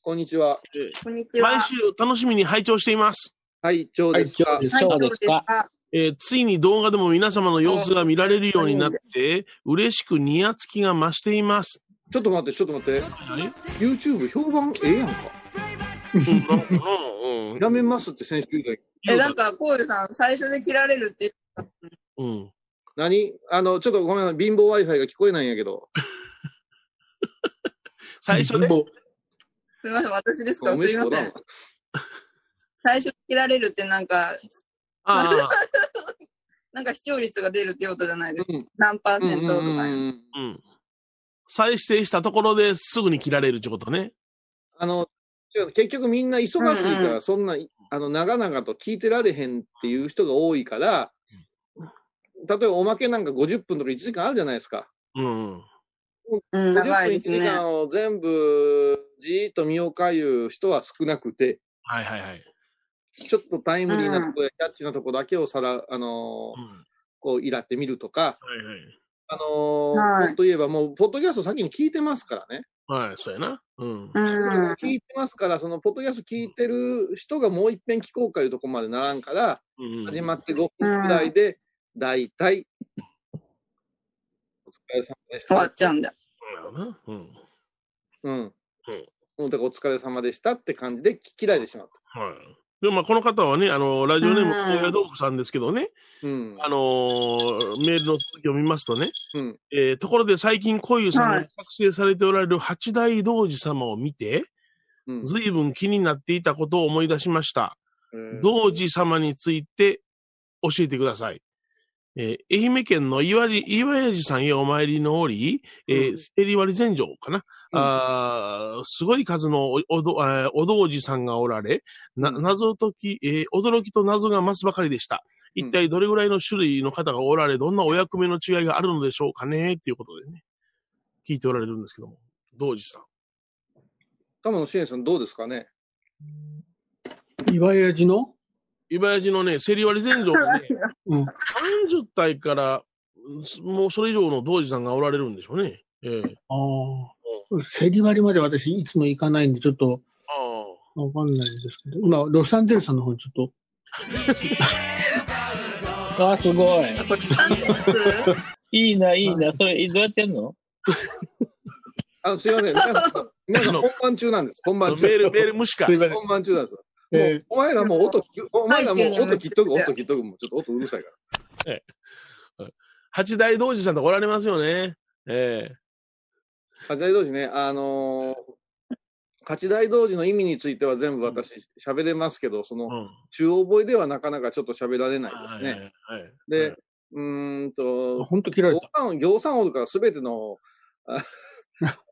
Speaker 4: こんにちは。
Speaker 2: こんにちは。
Speaker 3: 毎週楽しみに拝聴しています。
Speaker 4: はい、長
Speaker 1: は
Speaker 4: で
Speaker 1: い、
Speaker 4: す
Speaker 1: 上
Speaker 4: か。
Speaker 1: 手です。
Speaker 2: はい
Speaker 5: どうですか
Speaker 3: えーついに動画でも皆様の様子が見られるようになって、嬉しくニヤつきが増しています。
Speaker 4: ちょっと待って、ちょっと待って。
Speaker 3: 何
Speaker 4: YouTube 評判ええやんか。
Speaker 3: うんなんかなうん
Speaker 4: やめますって先週言うた
Speaker 2: え、なんか、こうさん、最初で切られるって
Speaker 3: うん。
Speaker 4: 何あの、ちょっとごめんなさい。貧乏 Wi-Fi が聞こえないんやけど。
Speaker 3: 最初ね、
Speaker 1: 貧乏
Speaker 2: すみません、私です
Speaker 4: お
Speaker 2: かすみ
Speaker 4: 飯
Speaker 2: ま
Speaker 4: 食ら
Speaker 2: せ
Speaker 4: うんわ。
Speaker 2: 最初切られるってなんか、
Speaker 3: あ
Speaker 2: なんか視聴率が出るってことじゃないですか。
Speaker 4: うん
Speaker 2: 何パーセントと
Speaker 4: うんうん
Speaker 2: か。
Speaker 4: うん
Speaker 3: あ、うん。再生したところですぐに切られるってことね。
Speaker 4: あの、結局みんな忙しいから、
Speaker 2: うんうん
Speaker 4: そんな、あの、長々と聞いてられへんっていう人が多いから、例えばおまけなんか50分とか1時間あるじゃないですか。
Speaker 3: うん。
Speaker 2: うん、
Speaker 4: 50分
Speaker 2: 長い
Speaker 4: 1
Speaker 2: です
Speaker 4: 時
Speaker 2: ね。
Speaker 4: 間を全部じーっと見ようかいう人は少なくて、
Speaker 3: はいはいはい。
Speaker 4: ちょっとタイムリーなところやキャッチーなとこだけをさら、あの
Speaker 3: うん。
Speaker 4: ー、
Speaker 3: は
Speaker 4: こう、いらってみるとか、あのー
Speaker 2: はい
Speaker 4: もっと言えばもう、ポッドキャスト先に聞いてますからね。
Speaker 3: いはい。はい、そうやな。うん。
Speaker 2: うん。
Speaker 4: 聞いてますから、そのポッドキャスト聞いてる人がもう一遍聞こうかいうとこまでならんから、
Speaker 3: うん、
Speaker 4: 始まって5分くらいで、だいたい、お疲れ様でし
Speaker 2: 終わ
Speaker 4: た
Speaker 2: っ。ちゃうんだ。
Speaker 3: そうやな。うん。
Speaker 4: うん。もうだからお疲れ様でしたって感じで聞きられてしまった。
Speaker 3: はい。でもまあこの方はね、あの、ラジオネーム、
Speaker 2: うん
Speaker 3: 高野豆腐さんですけどね、
Speaker 4: うん。
Speaker 3: あのーメールの続きを見ますとね、
Speaker 4: うん
Speaker 3: えーところで最近、小遊さん
Speaker 2: は
Speaker 3: が
Speaker 2: い
Speaker 3: 作成されておられる八大道寺様を見て、
Speaker 4: うん
Speaker 3: ずいぶん気になっていたことを思い出しました。
Speaker 4: うん
Speaker 3: 道寺様について教えてください。えー愛媛県の岩地岩屋寺さんへお参りの折、えー
Speaker 4: うん
Speaker 3: スペリ割禅城かな、
Speaker 4: うん
Speaker 3: あーすごい数のおおどえーお道寺さんがおられ、な
Speaker 4: うん
Speaker 3: 謎解き、えー驚きと謎が増すばかりでした。
Speaker 4: うん
Speaker 3: 一体どれぐらいの種類の方がおられ、どんなお役目の違いがあるのでしょうかねっていうことでね、聞いておられるんですけども、道寺さん。
Speaker 4: 玉野支援さんどうですかね
Speaker 1: 岩屋寺の
Speaker 3: 岩屋寺のね、セリ割禅城がね、
Speaker 1: うん。
Speaker 3: 30体から、うんもうそれ以上の道寺さんがおられるんでしょうね。ええ
Speaker 1: ああ。セリ割りまで私いつも行かないんで、ちょっと
Speaker 3: ああ。
Speaker 1: わかんないんですけど、今、ロサンゼルスの方にちょっ
Speaker 5: あ、すごい。
Speaker 2: これサンテス
Speaker 5: いいな、いいな。それ、どうやってんの
Speaker 4: あのすい ません。皆さん、皆さん本番中なんです。本
Speaker 3: メ
Speaker 4: 番
Speaker 3: ー
Speaker 4: 中。
Speaker 3: ル、メール無視か。
Speaker 1: と。
Speaker 4: 本番中なんです。も
Speaker 1: え
Speaker 4: うお前らもう音聞く、お前らもう音切っとく、
Speaker 2: 背景にも映って
Speaker 4: 音切っとく、もうちょっと音うるさいから。
Speaker 3: 八大道寺さんとかおられますよね。ええ
Speaker 4: 八大道寺ね、あのー八大道寺の意味については全部私喋れますけど、その
Speaker 3: うん。
Speaker 4: 中央覚えではなかなかちょっと喋られない
Speaker 3: は
Speaker 4: です
Speaker 3: い
Speaker 4: ね。
Speaker 3: はいはい。
Speaker 4: で、うーん
Speaker 1: え
Speaker 4: と、
Speaker 1: ほんと切られ
Speaker 4: 行
Speaker 1: た。
Speaker 4: さん、行さんおるから全てのあ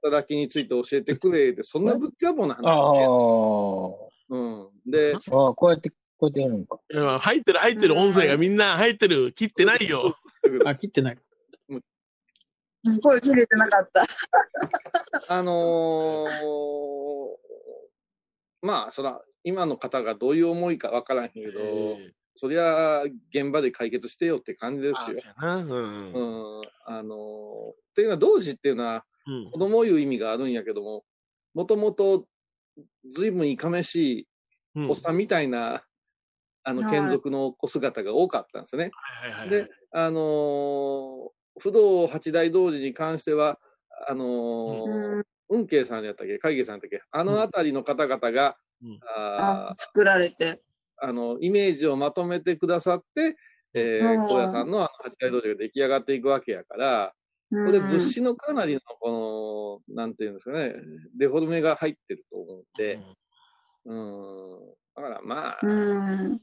Speaker 4: 働きについて教えてくれって、そんなぶっきらぼうな
Speaker 5: ああ
Speaker 4: 話ね、うん。で、
Speaker 5: ああ、こうやって、こうやってやるのか。
Speaker 3: いや入ってる、入ってる音声がみんな入ってる、切ってないよ。
Speaker 1: あ、切ってない。
Speaker 2: すごい切れてなかった。
Speaker 4: あのーまあ、そら、今の方がどういう思いかわからんけど、そりゃ、現場で解決してよって感じですよ。
Speaker 3: な。うん。うん。
Speaker 4: うん。あのーっていうのは、同志っていうのは、子供いう意味があるんやけども、もともと、ずいぶんいかめし
Speaker 3: う
Speaker 4: い
Speaker 3: ん。
Speaker 4: おっさんみたいな、あの、
Speaker 2: はい
Speaker 4: 眷属のお姿が多かったんですね。
Speaker 3: はいはいはいは
Speaker 4: で
Speaker 3: い。、
Speaker 4: あのー不動八大同時に関しては、あのー
Speaker 2: うん
Speaker 4: 運慶さんやったっけ、海慶さんやったっけ、あのあたりの方々が、
Speaker 3: うん
Speaker 4: あ
Speaker 2: あ作られて。
Speaker 4: ーあの、イメージをまとめてくださって、えー
Speaker 2: うん
Speaker 4: 高野さんのあの八大道場が出来上がっていくわけやから、こ
Speaker 2: こ
Speaker 4: れ物資のかなりの、この、なんていうんですかね、デフォルメが入ってると思うんで、うん。だからまあ、
Speaker 2: うん。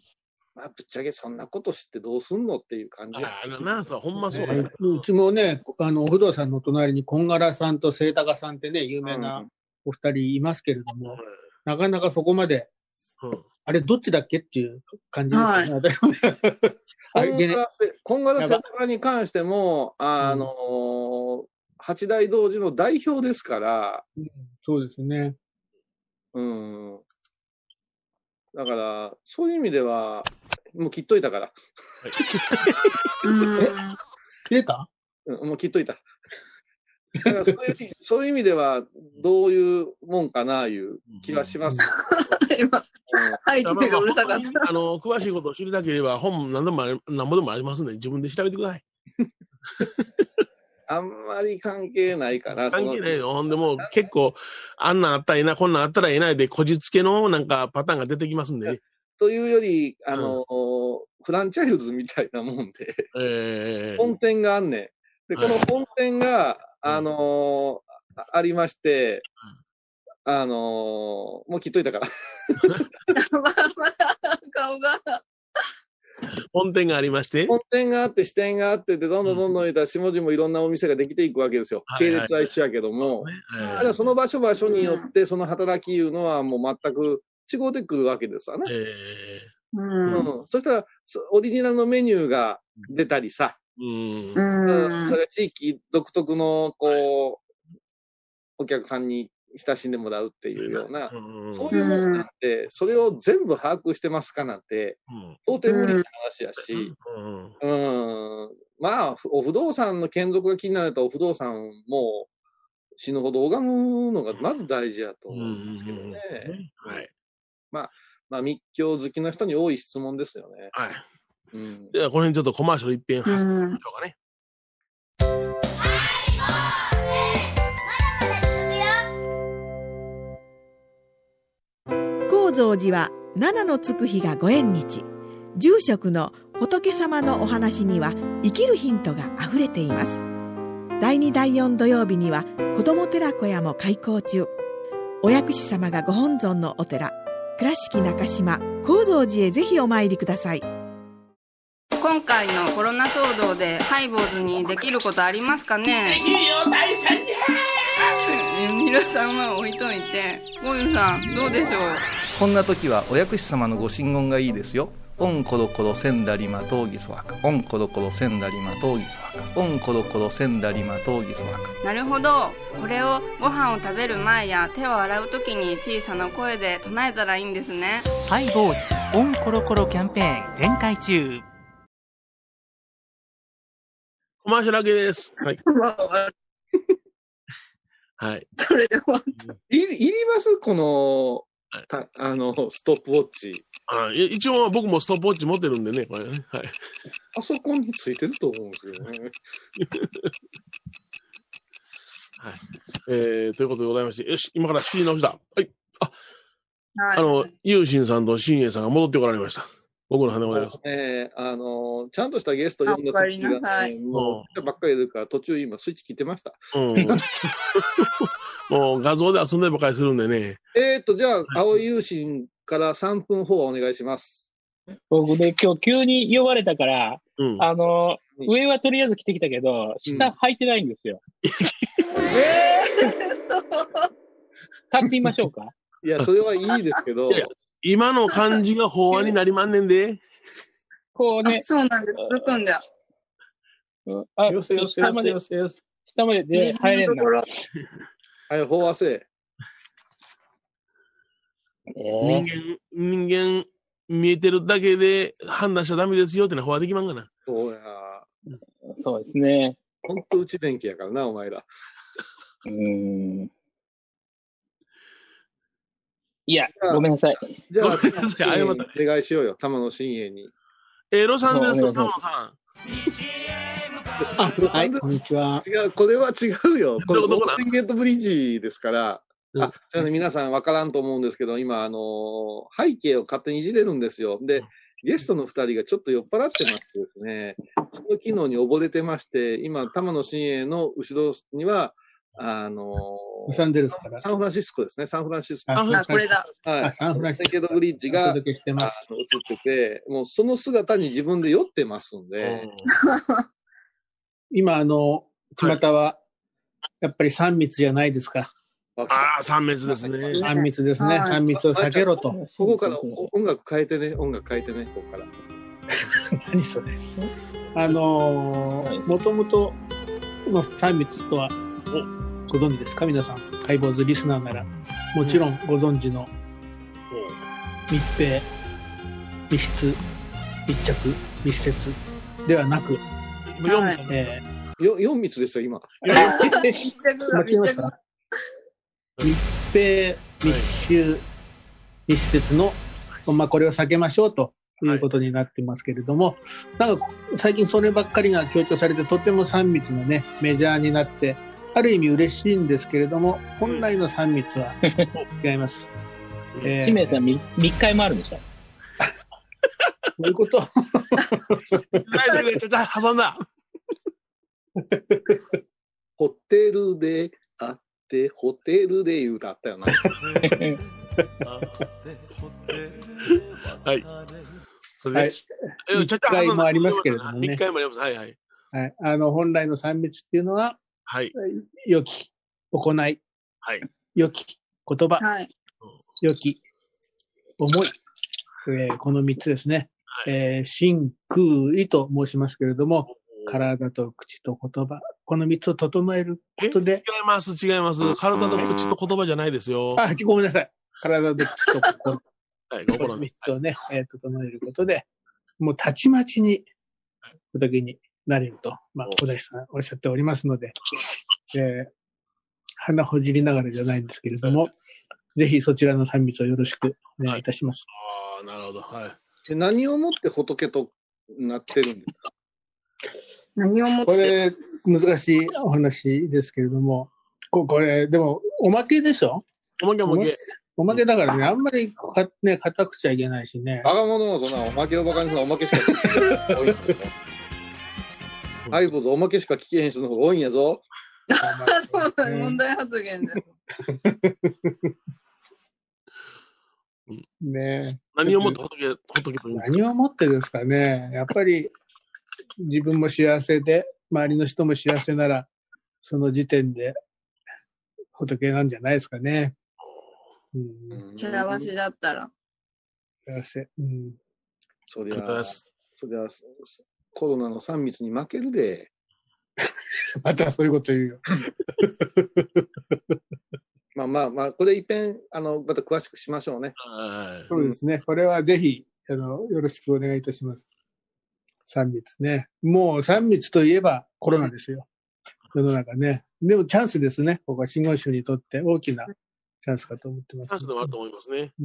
Speaker 4: まあ、ぶっちゃけそんなこと知ってどうすんのっていう感じや
Speaker 3: ああのな、そう、ほんまそうや。
Speaker 1: はいううちもね、あの、お不動産の隣に、こんがらさんと清高さんってね、有名なお二人いますけれども、なかなかそこまで、
Speaker 3: うん
Speaker 1: あれ、どっちだっけっていう感じですよね。
Speaker 4: こ
Speaker 1: あ
Speaker 4: ん
Speaker 1: れでね
Speaker 4: がらせ、こんがらせ方に関しても、あのー八大同時の代表ですから、
Speaker 1: そうですね。
Speaker 4: うん。だから、そういう意味では、もう切っといたから。
Speaker 2: うん。
Speaker 1: 切れた
Speaker 4: うん、もう切っといた。 だからそういう意味、そういう意味では、どういうもんかな、いう気がします。
Speaker 2: 今、背景がうるさかっ
Speaker 3: あの、詳しいことを知りたければ、本も何でもあり、何ぼでもありますんで、自分で調べてください。
Speaker 4: あんまり関係ないから、
Speaker 3: 関係ない
Speaker 4: その
Speaker 3: よ。ほんでもう結構、あんなんあったらええな、こんなんあったらええないで、こじつけのなんかパターンが出てきますんでね。
Speaker 4: というより、あのーフランチャイズみたいなもんで。
Speaker 3: ええ
Speaker 4: 本店があんねん。で、
Speaker 3: は
Speaker 4: こ
Speaker 3: い
Speaker 4: の本店が、
Speaker 3: うん
Speaker 4: あのーあありまして、あのーもう切っといたから。
Speaker 2: た。まあまあ、顔が。
Speaker 3: 本店がありまして。
Speaker 4: 本店があって、支店があってって、どんどんどんどんいったら、下地もいろんなお店ができていくわけですよ。
Speaker 3: はい
Speaker 4: 系
Speaker 3: はい
Speaker 4: 列は一緒やけども。
Speaker 3: え
Speaker 4: ただその場所場所によって、その働きいうのはもう全く違うてくるわけですわ
Speaker 3: え
Speaker 4: ね。
Speaker 3: え
Speaker 2: うん。うん。
Speaker 4: うん。そしたら、そオリジナルのメニューが出たりさ、
Speaker 3: えうん。
Speaker 4: うん、そ
Speaker 2: うん
Speaker 4: れは地域独特の、こう、お客さんに親しんでもらうっていうような、
Speaker 3: うん
Speaker 4: そういうもんなんて、それを全部把握してますかなんて、
Speaker 3: うん
Speaker 4: 到底無理な話やし、
Speaker 3: うんうん
Speaker 4: うん、まあ、お不動産の継続が気になると、お不動産も死ぬほど拝むのがまず大事やと
Speaker 3: う
Speaker 4: 思うんですけどね。
Speaker 3: んはい。
Speaker 4: まあ、密教好きな人に多い質問ですよね。
Speaker 3: はい。
Speaker 4: うん、
Speaker 3: では、この辺ちょっとコマーシャル一遍挟みまし
Speaker 2: うん。
Speaker 3: ょうかね。
Speaker 6: 高蔵寺は七のつく日がご縁日住職の仏様のお話には生きるヒントがあふれています第2第4土曜日には子ども寺小屋も開校中お薬師様がご本尊のお寺倉敷中島・高蔵寺へぜひお参りください
Speaker 2: 今回のコロナ騒動でハイボーズにできることありますかねできるよ大社に皆さんは置いといてゴユさんどうでしょう
Speaker 7: こんな時はお薬師様のご神言がいいですよ。オンコロコロセンダリマトーギソワカ。オンコロコロセンダリマトーギソワカ。オンコロコロセンダリマトーギソワカ。
Speaker 2: なるほどこれをご飯を食べる前や手を洗う時に小さな声で唱えたらいいんですね
Speaker 8: ハイボーズオンコロコロキャンペーン展開中
Speaker 3: コマーシャル明けです。はい。はい。
Speaker 2: それで終わっ
Speaker 4: いいりますこの、たあの、ストップウォッチ。
Speaker 3: あい一応僕もストップウォッチ持ってるんでね、これね。はい。
Speaker 4: パソコンについてると思うんですけどね。
Speaker 3: えー、ということでございまして、よし、今から仕切り直しだ。はい。
Speaker 2: た
Speaker 3: あの、ユーシンさんとシンエイさんが戻ってこられました。僕の羽でございます。
Speaker 4: ねえ、あの、ちゃんとしたゲスト呼ん
Speaker 2: あ
Speaker 4: だ
Speaker 2: おかえりなさい
Speaker 4: ねもう、来たばっかりいるから、途中今スイッチ切ってました。
Speaker 3: うん。もう画像で遊んでばかりするんでね。
Speaker 4: えーっと、じゃあ、青井優心から3分方お願いします。
Speaker 5: 僕ね、今日急に呼ばれたから、
Speaker 3: うん。
Speaker 5: あの、
Speaker 4: うん
Speaker 5: 上はとりあえず着てきたけど、下履いてないんですよ。
Speaker 2: そう
Speaker 5: 買ってみましょうか。
Speaker 4: いや、それはいいですけど
Speaker 3: い、や今の感じが法案になりまんねんで。
Speaker 5: こう
Speaker 2: あ
Speaker 5: ね、
Speaker 2: そうなんです続くんだ
Speaker 5: うんあ
Speaker 1: よせよせ
Speaker 5: 下
Speaker 1: よ
Speaker 5: ま
Speaker 1: せ
Speaker 5: で
Speaker 1: よせよせ。
Speaker 5: 下まで出入れんな。
Speaker 4: はい、飽和せ。
Speaker 5: え
Speaker 3: 人
Speaker 5: ー
Speaker 3: 間、人間、見えてるだけで判断しちゃダメですよってのは法はできまんがな。
Speaker 4: そうや。
Speaker 5: そうですね。
Speaker 4: ほんと内電気やからな、お前ら。
Speaker 5: うーん。いや、ごめんなさい。
Speaker 4: じゃあ、
Speaker 3: ごめんなさい謝った
Speaker 4: お願いしようよ、玉野真栄に。
Speaker 3: えーロサンゼルスの
Speaker 5: そ
Speaker 3: タ
Speaker 5: うお願
Speaker 3: モ
Speaker 5: いし
Speaker 3: さ
Speaker 1: はい、こんにちは。
Speaker 4: 違う、これは違うよ。これ、
Speaker 3: どこど
Speaker 4: ゴ
Speaker 3: こ
Speaker 4: ー
Speaker 3: だ
Speaker 4: ルデンゲートブリッジですから。
Speaker 3: うん
Speaker 4: あ、じゃあね、皆さん分からんと思うんですけど、今、あのー背景を勝手にいじれるんですよ。で、ゲストの二人がちょっと酔っ払ってましてですね、その機能に溺れてまして、今、玉野真栄の後ろには、あの
Speaker 1: ロ
Speaker 4: ー
Speaker 1: サンゼルスから。
Speaker 4: サンフランシスコですね、サンフランシスコ。
Speaker 3: あ
Speaker 2: あ、これだ。
Speaker 4: は
Speaker 1: あ
Speaker 4: い。
Speaker 1: サンフランシスコ
Speaker 4: ゴールデンゲートブリッジ
Speaker 1: お
Speaker 4: が、
Speaker 1: 届けして
Speaker 4: あ
Speaker 1: ます。
Speaker 4: の映ってて、もうその姿に自分で酔ってますん
Speaker 3: ん。
Speaker 4: で、
Speaker 1: 今、あの、巷は、やっぱり3密じゃないですか。
Speaker 4: あ
Speaker 3: ああ、三密ですね。
Speaker 1: 3密ですね。
Speaker 2: はい
Speaker 1: 3密を避けろと。
Speaker 4: ここから音楽変えてね、音楽変えてね、ここから。
Speaker 1: 何それ。あの
Speaker 5: はい
Speaker 1: ー、もともとの3密とは、ご存知ですか皆さん。解剖図リスナーなら。もちろんご存知の密閉、密室、密着、密接ではなく、
Speaker 3: もう四
Speaker 2: はい
Speaker 1: え
Speaker 4: よ4密ですよ、今。
Speaker 1: ー、
Speaker 2: 密着が
Speaker 1: 間違え
Speaker 2: 密
Speaker 1: まし
Speaker 2: 着が
Speaker 1: た密閉、密集、密接の、まあ、これを避けましょうということになってますけれども、なんか最近そればっかりが強調されて、とても3密のね、メジャーになって、ある意味嬉しいんですけれども、本来の3密は違います。
Speaker 3: うん
Speaker 1: えー
Speaker 5: しめさん、み密会もあるんでしょ
Speaker 1: そういうこと
Speaker 3: 大丈夫ちゃちゃ、挟んだ。
Speaker 4: ホテルで会って、ホテルで言うたあっ たよな。
Speaker 3: はい。それ
Speaker 1: は
Speaker 3: で
Speaker 1: い
Speaker 3: えーちゃちゃ
Speaker 1: 一回もありますけれどもね
Speaker 3: 一回もあります。はいはい。
Speaker 1: はい、あの本来の3密っていうのは、
Speaker 3: はい。
Speaker 1: 良き行い、
Speaker 3: はい
Speaker 1: 良き言葉、
Speaker 2: はい。
Speaker 1: 良き思い、えーこの3つですね、
Speaker 3: は
Speaker 1: えー心空意と申しますけれども、
Speaker 3: 違い
Speaker 1: 体と口と言葉、この3つを整えることで、
Speaker 3: ます、違います。体と口と言葉じゃないですよ。は
Speaker 1: あ、ごめんなさい。体と口と心、
Speaker 3: い、
Speaker 1: こ
Speaker 3: 心
Speaker 1: の
Speaker 3: に
Speaker 1: 3。つをね、えー整えることで、もうたちまちに仏になれると、まあ、小林さんおっしゃっておりますので、えー鼻ほじりながらじゃないんですけれども、ぜひそちらの3密をよろしくお願いいたします。
Speaker 3: ああ、なるほど。はい。
Speaker 4: で何をもって仏となってるんですか
Speaker 2: 何をもっ
Speaker 1: こ
Speaker 2: て。
Speaker 1: れ、難しいお話ですけれども、ここれ、でも、おまけでしょ
Speaker 3: おまけおまけ。
Speaker 1: おまけだからね、あんまりか、ね、固くちゃいけないしね。
Speaker 4: バカ者、そんなおまけをバカにするのはおまけしか聞けへん多いんだよ。 アイボズおまけしか聞けへん人の方が多いんやぞ。
Speaker 2: あ、 そうだ、問題発言だ。
Speaker 1: ね
Speaker 3: 何をもって仏、仏と言うんですか
Speaker 1: 何をもってですかね。やっぱり、自分も幸せで、周りの人も幸せなら、その時点で、仏なんじゃないですかね。うん、
Speaker 2: 幸せだったら。
Speaker 1: 幸せ。うん。
Speaker 4: そ
Speaker 3: あ
Speaker 4: り
Speaker 3: りが
Speaker 4: ゃ
Speaker 3: とうございます。
Speaker 4: そりゃコロナの3密に負けるで。
Speaker 1: またそういうこと言うよ。
Speaker 4: まあまあまあ、これいっぺん、あの、また詳しくしましょうね。
Speaker 3: はい
Speaker 1: そうですね。これはぜひ、あの、よろしくお願いいたします。三密ね。もう三密といえばコロナですよ。世の中ね。でもチャンスですね。僕は新言宗にとって大きなチャンスかと思ってます。
Speaker 3: チャンスでもあると思いますね。
Speaker 1: う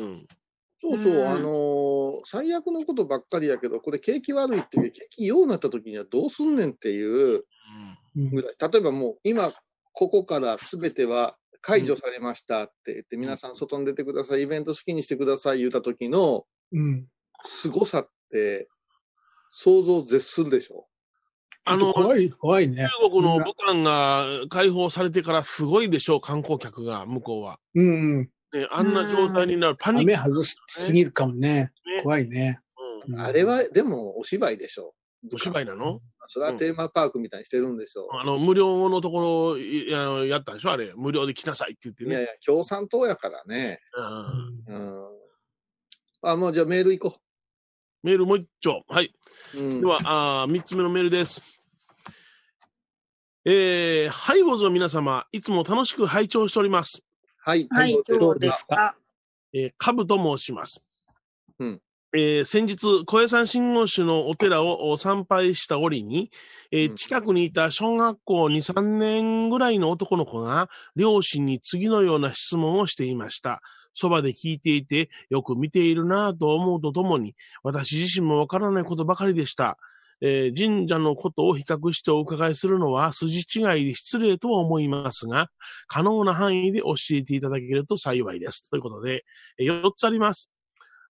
Speaker 1: ん
Speaker 3: うん。
Speaker 4: そうそう、
Speaker 2: うん
Speaker 4: あのー最悪のことばっかりやけど、これ景気悪いっていう、景気ようなった時にはどうすんねんっていう
Speaker 1: うん
Speaker 4: ぐらい、例えばもう今、ここから全ては解除されましたって言って、皆さん外に出てください、イベント好きにしてください言うた時の
Speaker 1: うん。
Speaker 4: 凄さって、想像を絶するでしょ。
Speaker 3: あ
Speaker 1: ちょっ
Speaker 3: の、
Speaker 1: と怖
Speaker 3: 中
Speaker 1: い、怖いね。
Speaker 3: 国の武漢が解放されてからすごいでしょう、観光客が、向こうは。
Speaker 1: うん、うん。
Speaker 3: ね、あんな状態になる、パニック
Speaker 1: 雨外しすぎるかもね。
Speaker 3: ね。
Speaker 1: 怖いね。
Speaker 3: う
Speaker 1: うん
Speaker 4: あれは、でもお芝居でしょ。
Speaker 3: んお芝居なの
Speaker 4: それはテーマパークみたいにしてるんでしょ。
Speaker 3: あの、無料のところいあのやったんでしょあれ。無料で来なさいって言って
Speaker 4: いやい
Speaker 3: ね。
Speaker 4: や、共産党やからね。
Speaker 3: うん
Speaker 4: うん。あ、もうじゃあメール行こ
Speaker 3: メールもう一丁。はい。
Speaker 4: う。うん
Speaker 3: では、あー三つ目のメールです。えー、はい、ごぞ皆様、いつも楽しく拝聴しております。
Speaker 4: はい。
Speaker 2: はい、
Speaker 1: ど
Speaker 2: 今日
Speaker 1: うで
Speaker 2: ですす
Speaker 1: か
Speaker 2: か。
Speaker 3: えー、カブと申します。
Speaker 4: うん
Speaker 3: えー先日、小江山信号宗のお寺をお参拝した折に、えー
Speaker 4: うん
Speaker 3: 近くにいた小学校2、3年ぐらいの男の子が、両親に次のような質問をしていました。そばで聞いていて、よく見ているなぁと思うとともに、私自身もわからないことばかりでした。えー神社のことを比較してお伺いするのは筋違いで失礼とは思いますが、可能な範囲で教えていただけると幸いです。ということで、えー4つあります。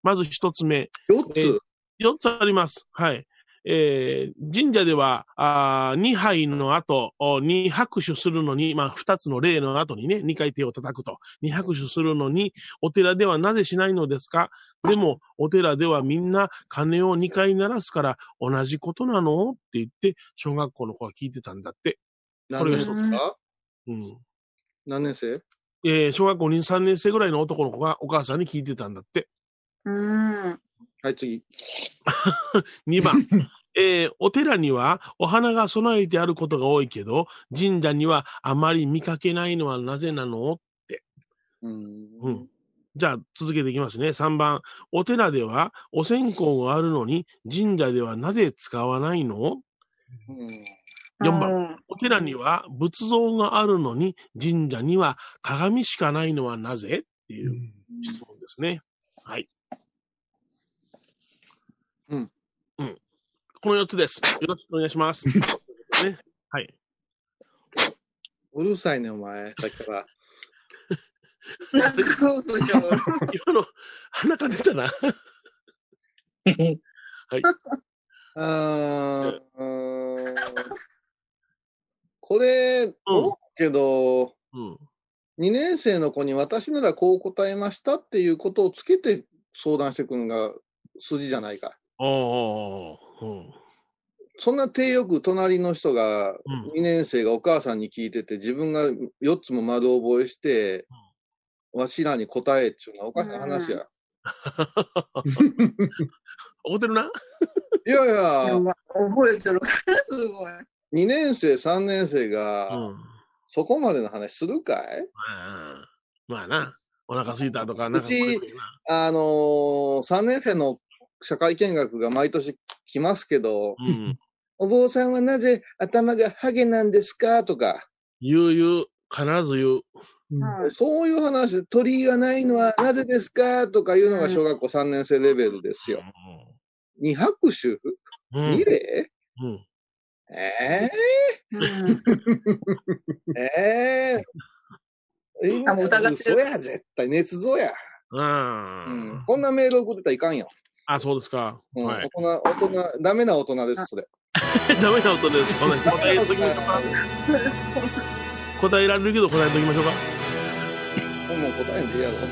Speaker 3: まず1つ目、
Speaker 4: 4
Speaker 3: えー
Speaker 4: つ。
Speaker 3: 4つあります。はい。えー神社では、あ2杯の後、2拍手するのに、まあ、2つの例の後にね、2回手を叩くと。2拍手するのに、お寺ではなぜしないのですかでも、お寺ではみんな鐘を2回鳴らすから、同じことなのって言って、小学校の子は聞いてたんだって。こ
Speaker 4: 何
Speaker 3: れ
Speaker 4: 年
Speaker 2: 一
Speaker 3: が
Speaker 4: 生
Speaker 2: つ
Speaker 4: ですか
Speaker 3: うん。
Speaker 4: 何年生
Speaker 3: えー小学校2、3年生ぐらいの男の子がお母さんに聞いてたんだって。
Speaker 2: うん。
Speaker 4: はい、次。
Speaker 3: 2番、 えーお寺にはお花が備えてあることが多いけど、神社にはあまり見かけないのはなぜなのう
Speaker 4: う
Speaker 3: んん。じゃあ続けていきますね。3番、お寺ではお線香があるのに神社ではなぜ使わないの
Speaker 4: うん
Speaker 3: 四番お寺には仏像があるのに神社には鏡しかないのはなぜっていう質問ですね。はい。
Speaker 4: うん。
Speaker 3: うん。この4つです。よろしくお願いし ます。ね。はい。
Speaker 4: うるさいね、お前。さっき から。
Speaker 2: なんか、嘘でしょ。
Speaker 3: 今の鼻が出たな。
Speaker 4: あーうーんこれ、思うけど、
Speaker 3: うん。
Speaker 4: 2年生の子に私ならこう答えましたっていうことをつけて相談してくんが筋じゃないか。
Speaker 3: おーうん。
Speaker 4: そんな手よく隣の人が、
Speaker 3: うん
Speaker 4: 2年生がお母さんに聞いてて、自分が4つも丸覚えして、わしらに答えっちゅうのはおかしな話や。
Speaker 3: 怒ってるな。
Speaker 4: いやい
Speaker 2: や
Speaker 4: や、
Speaker 2: ば覚えてるから、すごい。
Speaker 4: 2年生、3年生
Speaker 3: う
Speaker 4: が、
Speaker 3: ん。
Speaker 4: そこまでの話するかい、
Speaker 3: まあ、まあな。お腹空いたとか、なんか
Speaker 4: うち
Speaker 3: こういうのな。
Speaker 4: あのー、3年生の社会見学が毎年来ますけど、
Speaker 3: うん。
Speaker 4: お坊さんはなぜ頭がハゲなんですかとか、
Speaker 3: 言う言う。必ず言う。
Speaker 2: うん
Speaker 4: そういう話、鳥居がないのはなぜですかとかいうのが小学校3年生レベルですよ。二拍手
Speaker 3: うん。
Speaker 4: 二礼
Speaker 3: うん。
Speaker 4: え
Speaker 2: うん
Speaker 4: ー、えー、
Speaker 2: あもう疑ってる
Speaker 4: 嘘や、絶対、捏造や、
Speaker 3: うん。あ
Speaker 4: うん。こんなメール送ってたらいかんよ。
Speaker 3: あ、そうですか。
Speaker 4: うん
Speaker 3: はい。
Speaker 4: 大人、大人、ダメな大人です、それ。
Speaker 3: ダメな音です。この答えと きましょうか。答えられるけど答えときましょうか。
Speaker 4: もう答えんでいいやろ。
Speaker 3: はい。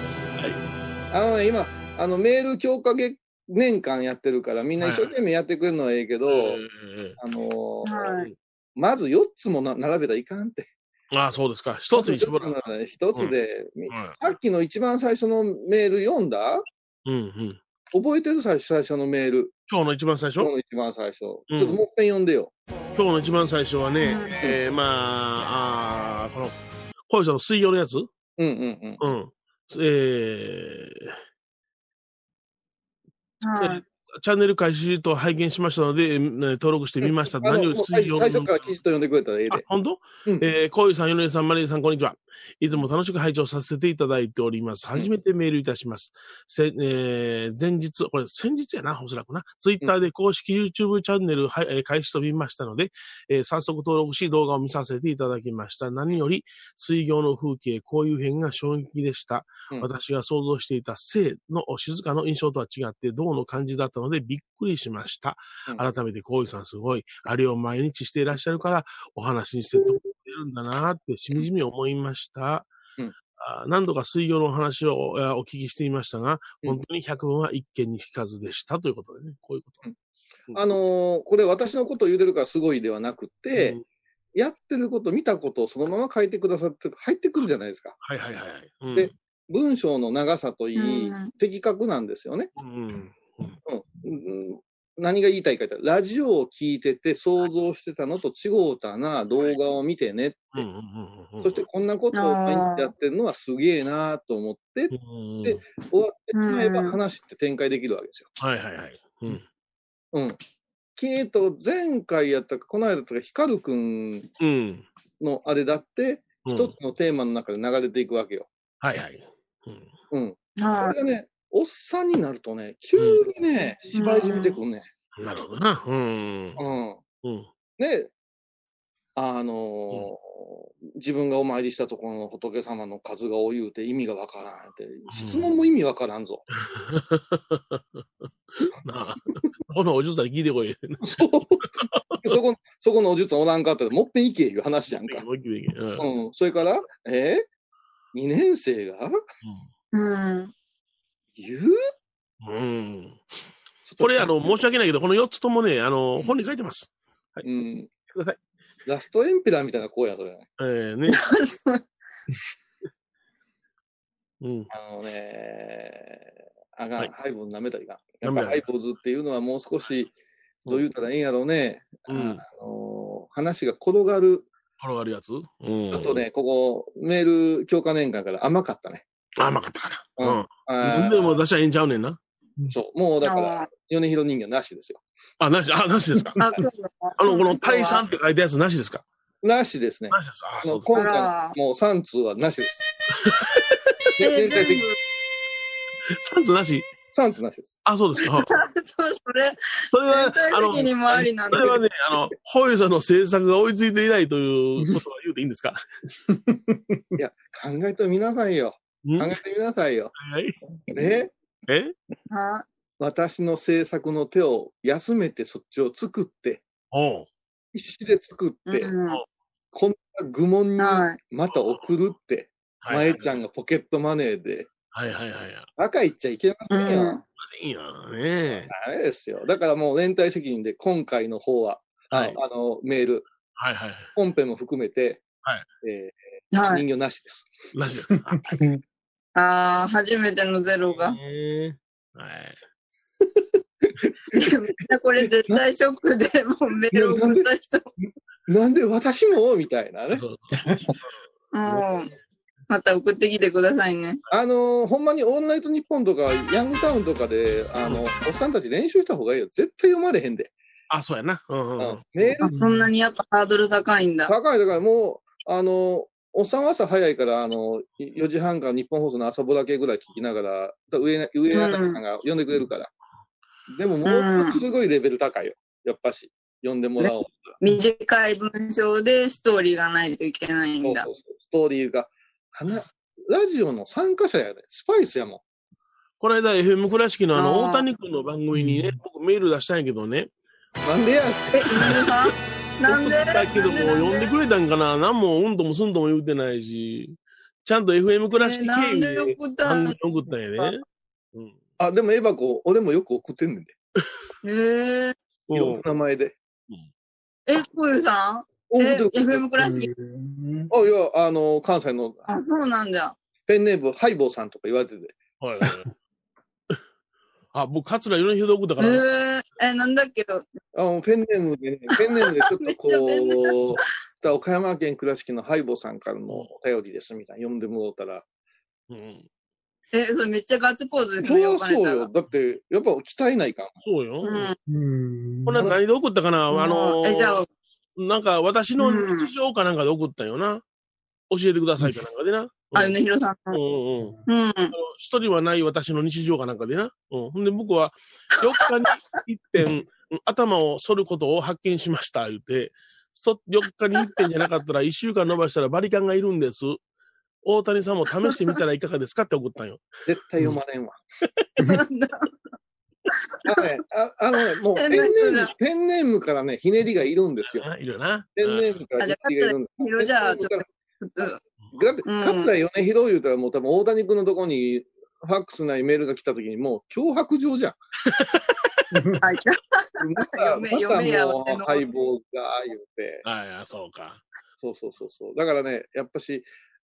Speaker 4: あのね、今、あのメール強化月年間やってるから、みんな一生懸命やってくれるのはええけど、
Speaker 3: え
Speaker 4: あのー
Speaker 2: はい
Speaker 4: まず4つもな並べたらいかんって。
Speaker 3: ーああ、そうですか。一つに絞らない。
Speaker 4: 一つで、み
Speaker 3: は
Speaker 4: さっきの一番最初のメール読んだ
Speaker 3: いうんうん。
Speaker 4: 覚えてる最初最初のメール。
Speaker 3: 今日の一番最初
Speaker 4: 今日の一番最初。ちょ
Speaker 3: うん
Speaker 4: っともう一遍読んでよ。
Speaker 3: 今日の一番最初はね、
Speaker 2: うん
Speaker 3: えー、まあ、あーこの、小石さんの水曜のやつう
Speaker 4: うんうんうん。
Speaker 3: ん。えー、
Speaker 2: はい
Speaker 3: チャンネル開始と拝見しましたので、えー登録してみました。
Speaker 4: あの
Speaker 3: 何より
Speaker 4: もう
Speaker 3: 水
Speaker 4: 最
Speaker 3: 曜の
Speaker 4: 初最初からきちっと読んでくれたらええ
Speaker 3: あ
Speaker 4: で、。
Speaker 3: 本当、
Speaker 4: うん
Speaker 3: えー、小井さん、米江さん、マリーさん、こんにちは。いつも楽しく拝聴させていただいております。初めてメールいたします。せえー前日、これ先日やな、おそらくな。ツイッターで公式 YouTube チャンネル、はいえー開始と見ましたので、えー早速登録し動画を見させていただきました。何より、水行の風景、こういう編が衝撃でした。
Speaker 4: うん
Speaker 3: 私が想像していた静の静かの印象とは違って、銅の感じだったのでびっくりしました。
Speaker 4: うん
Speaker 3: 改めて、小井さんすごい。あれを毎日していらっしゃるから、お話に説得してるんだなってしみじみ思いました。
Speaker 4: うん
Speaker 3: あー何度か水曜のお話をおえーお聞きしていましたが、
Speaker 4: うん
Speaker 3: 本当に100分は一見に引かずでしたということでね、こういうこと。
Speaker 4: あのーこれ私のことを言うてるからすごいではなくて、
Speaker 3: うん
Speaker 4: やってること、見たことをそのまま書いてくださって、入ってくるじゃないですか。
Speaker 3: はいはいはいはい。うん
Speaker 4: で文章の長さといい、
Speaker 2: うん
Speaker 4: 的確なんですよね。
Speaker 3: うん
Speaker 4: うんうん何が言いたいかって言ったら、ラジオを聞いてて想像してたのと違うたな、動画を見てね。
Speaker 3: うんうんうんうんうん
Speaker 4: そしてこんなことを毎日やってるのはすげえなと思って、
Speaker 3: うん
Speaker 4: で終わってしまえば
Speaker 2: うん
Speaker 4: 話って展開できるわけですよ。
Speaker 3: はいはいはい。うん。
Speaker 4: うん。きっと前回やったか、この間とか、ヒカルくん
Speaker 3: うん。
Speaker 4: のあれだって、
Speaker 3: うん
Speaker 4: 一つのテーマの中で流れていくわけよ。
Speaker 3: はいはい。うん
Speaker 4: うん。こ
Speaker 2: は
Speaker 4: れ
Speaker 2: い。
Speaker 4: がね、おっさんになるとね、急にね、芝居じみてくんね。
Speaker 3: なるほどな。うん。
Speaker 4: うん。
Speaker 3: うん。
Speaker 4: で、あのー自分がお参りしたところの仏様の数が多いうて意味がわからんって、質問も意味わからんぞ。
Speaker 3: なあ。 このお嬢さんに聞いてこい。
Speaker 4: そうそこ、そこのおじゅさんおらんかったら、もっぺん行けいう話やんか。
Speaker 3: うんうん
Speaker 4: うん。それから、えー、2年生が
Speaker 2: うん。
Speaker 4: 言う
Speaker 3: うん。これ、あの、申し訳ないけど、この4つともね、あの、本に書いてます。
Speaker 4: うん。
Speaker 3: ください。
Speaker 4: ラストエンペラーみたいな声や、それ。
Speaker 3: えー、ね。
Speaker 2: そう
Speaker 3: うん。
Speaker 4: あのね、あがん、
Speaker 3: はい
Speaker 4: ハイボーズ舐めたりが。やっ
Speaker 3: 舐め
Speaker 4: ぱ
Speaker 3: た
Speaker 4: ハ
Speaker 3: り
Speaker 4: イボーズっていうのはもう少し、どう言うたらええんやろうね。
Speaker 3: うん
Speaker 4: あの話が転がる。
Speaker 3: 転がるやつ。うん。
Speaker 4: あと。ね、ここ、メール強化年間から甘かったね。
Speaker 3: あ、甘かったから。
Speaker 4: う
Speaker 3: うん。
Speaker 4: あー
Speaker 3: でも出しゃええんちゃうねんな。
Speaker 4: そう。もうだから、米広人形なしですよ。
Speaker 3: あ、なし、あ、なしですか。
Speaker 2: あ、今日は
Speaker 3: あの、この、タイさんって書いたやつなしですか。
Speaker 4: なしですね。
Speaker 3: なしです。あ、
Speaker 4: あ
Speaker 3: そう
Speaker 4: の
Speaker 3: です
Speaker 4: 今
Speaker 2: あら
Speaker 4: 回、もう3通はなしです。
Speaker 2: え
Speaker 4: 全
Speaker 2: ー全
Speaker 4: 体的に
Speaker 2: 部。
Speaker 3: サンズなし。
Speaker 4: 3通なしです。
Speaker 3: あ、そうですか。うん
Speaker 2: そう、それ、
Speaker 3: それ は
Speaker 2: 全、体的に周りな
Speaker 3: そ
Speaker 2: の
Speaker 3: れはね、あの、ホイさんの制作が追いついていないということは言うていいんですか
Speaker 4: 考えてみなさいよ。
Speaker 3: うん
Speaker 4: 考
Speaker 3: は
Speaker 4: え
Speaker 3: い
Speaker 4: てみなさいよ。ね。
Speaker 3: え
Speaker 2: は
Speaker 4: 私の制作の手を休めてそっちを作って、
Speaker 3: おう
Speaker 4: 石で作って、
Speaker 2: うん
Speaker 4: こんな愚問に
Speaker 2: はい
Speaker 4: また送るって、
Speaker 3: はい
Speaker 4: まえちゃんがポケットマネーで、
Speaker 3: はいはいはい。
Speaker 4: 赤いっちゃいけませんよ。
Speaker 2: うん
Speaker 3: いいよね。
Speaker 4: あれですよ。だからもう連帯責任で、今回の方は、
Speaker 3: は
Speaker 4: はいい、。あの、メール、
Speaker 3: はいはい。
Speaker 4: 本編も含めて、
Speaker 3: はい
Speaker 4: えー、
Speaker 2: はい。
Speaker 4: 人形なしです。
Speaker 3: らしいです。あ
Speaker 2: ああ、初めてのゼロが。
Speaker 3: ねはい。
Speaker 2: いやみんなこれ絶対ショックで、もうメール送った人。
Speaker 4: なんで私もみたいなね。
Speaker 3: そう
Speaker 2: もう、また送ってきてくださいね。
Speaker 4: あのーほんまにオンライトニッポンとか、ヤングタウンとかで、あの、おっさんたち練習した方がいいよ。絶対読まれへんで。
Speaker 3: あ、そうやな。うんうんうん。
Speaker 4: メール
Speaker 2: あ、そんなにやっぱハードル高いんだ。
Speaker 4: 高い、だからもう、あの、おっさんは朝早いから、あの、4時半から日本放送の朝ぼだけぐらい聞きながら、だ上な、上柳さんが呼んでくれるから。でも、も
Speaker 2: うん
Speaker 4: う、すごいレベル高いよ。やっぱし、呼んでもらおう。
Speaker 2: 短い文章でストーリーがないといけない
Speaker 4: そ
Speaker 2: ん
Speaker 4: う
Speaker 2: だ
Speaker 4: そ。うそうストーリーが、はなラジオの参加者やで、スパイスやも
Speaker 3: この間、FM 倉敷のあの、
Speaker 2: あー
Speaker 3: 大谷君の番組にね、僕メール出したんやけどね。
Speaker 4: ん。なんでや、
Speaker 2: え、今田さんなんで
Speaker 3: だけども、
Speaker 2: なんで
Speaker 3: 呼んでくれたんかな。何もうんともすんとも言うてないし、ちゃんと FM 倉敷経
Speaker 2: なん
Speaker 3: 由
Speaker 2: で
Speaker 3: で
Speaker 2: 送った
Speaker 3: 番
Speaker 2: の
Speaker 3: 組送ったんやね。うん。
Speaker 4: あ、でもエバコ、俺もよく送ってんねんで。
Speaker 2: えー、
Speaker 4: いろんな名前で。
Speaker 2: え、こゆさん
Speaker 4: 送
Speaker 2: え
Speaker 4: ってる、
Speaker 2: FM クラシック。
Speaker 1: うん
Speaker 4: あ、いや、あの、関西の
Speaker 2: あ、そうなんじゃ。
Speaker 4: ペンネーム、ハイボーさんとか言われてて。
Speaker 3: はいはいはい。 あ、僕、桂米広で送った
Speaker 2: え
Speaker 3: からな。
Speaker 2: ー、え、なんだっけど、
Speaker 4: あのペンネー ムでね、ペンネームでちょっと
Speaker 2: めっちゃペンネ
Speaker 4: こう、岡山県倉敷のハイボーさんからのお便りですみたいな、読んでもらったら。
Speaker 3: うん。
Speaker 2: え、それめっちゃガッツポーズです
Speaker 4: そ
Speaker 2: ね、
Speaker 4: りゃ
Speaker 2: 呼ばれ
Speaker 4: そう
Speaker 2: たら
Speaker 4: よ。。だって、やっぱ鍛えないかん。
Speaker 3: そうよ。
Speaker 2: うん。
Speaker 1: うん
Speaker 3: これは何で送ったかな、あのー
Speaker 2: え、じゃあ、
Speaker 3: なんか私の
Speaker 2: うん
Speaker 3: 日常かなんかで送ったんよな。教えてくださいかなんかでな。うん
Speaker 2: あゆねひろさん
Speaker 3: うん
Speaker 2: の。
Speaker 3: うんうん。
Speaker 2: うん。
Speaker 3: 一人はない私の日常かなんかでな。うん。ほんで僕は4日に一 点、うん頭を剃ることを発見しました、言うて。そ4日に一点じゃなかったら1週間伸ばしたらバリカンがいるんです。大谷さんも試してみたらいかがですかって 送ったんよ。
Speaker 4: 絶対読まれんわ。
Speaker 2: なんだ
Speaker 4: あのね、ああのね もうペンネーム、ペンネームからね、ひねりがいるんですよ。
Speaker 3: いるよな。
Speaker 4: ペンネームからひねりがいるんです
Speaker 2: ひろじゃあ、ちょっと普通。
Speaker 4: だって、
Speaker 2: うん
Speaker 4: 勝田米広言うたらもう多分大谷君のとこに、ファックスないメールが来た時にもう脅迫状じゃん。
Speaker 2: あ、いや
Speaker 4: また、ま
Speaker 2: 読め
Speaker 4: た
Speaker 2: 読めや
Speaker 4: も
Speaker 2: って
Speaker 4: う
Speaker 2: の
Speaker 4: ハイボーが言うて。
Speaker 3: ああ、そうか。
Speaker 4: そうそうそうそう。だからね、やっぱし、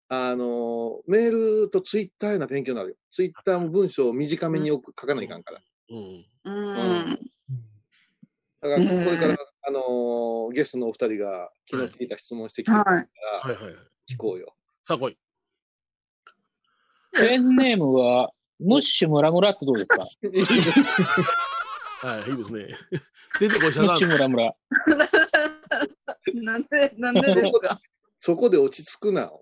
Speaker 4: あのーメールとツイッターへの勉強になるよ。ツイッターも文章を短めによく書かないかんから。
Speaker 3: うん。
Speaker 2: うん。
Speaker 4: だから、これから、あのーゲストのお二人が昨日聞いた質問してきてくれたから、
Speaker 3: はいはい。
Speaker 4: 聞こうよ。
Speaker 3: さあ来い。
Speaker 5: ペンネームは、ムッシュムラムラってどうです か
Speaker 3: はい、いいですね。出てこい、シャ
Speaker 5: ム
Speaker 3: ナ
Speaker 5: ッシュムラム ラ。
Speaker 2: なんで、なんでですか
Speaker 4: そこで落ち着くな。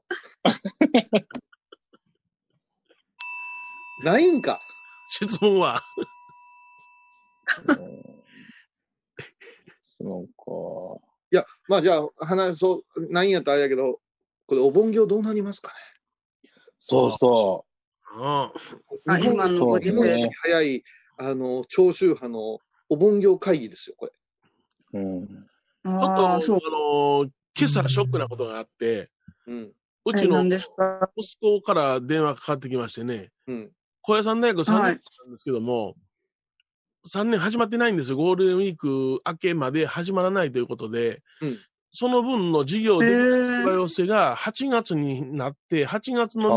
Speaker 4: ないんか。
Speaker 3: 質問は。
Speaker 5: そう
Speaker 4: いや、まあじゃあ、話そう、ないんやったらあれやけど、これ、お盆業どうなりますか
Speaker 5: か。そうそ
Speaker 3: あ
Speaker 2: あ
Speaker 4: ね。日
Speaker 2: 今
Speaker 4: 本
Speaker 2: のご時
Speaker 5: そうです
Speaker 2: 世
Speaker 5: ね。
Speaker 4: 早い、あの、長州派のお盆業会議ですよ、これ。
Speaker 5: う。うん。
Speaker 3: あちょっと、
Speaker 2: あ
Speaker 3: あ
Speaker 2: あ、そう。
Speaker 3: のー今朝ショックなことがあって、
Speaker 4: うん。
Speaker 3: う
Speaker 2: え
Speaker 3: ちの
Speaker 2: 何です
Speaker 3: 息
Speaker 2: か
Speaker 3: 子から電話かかってきましてね、
Speaker 4: うん。
Speaker 3: 小屋さん大学3年なんですけども、3年始まってないんですよ。ゴールデンウィーク明けまで始まらないということで、
Speaker 4: うん
Speaker 3: その分の授業
Speaker 2: え
Speaker 3: でき
Speaker 2: ー
Speaker 3: 寄せが8月になって、8月の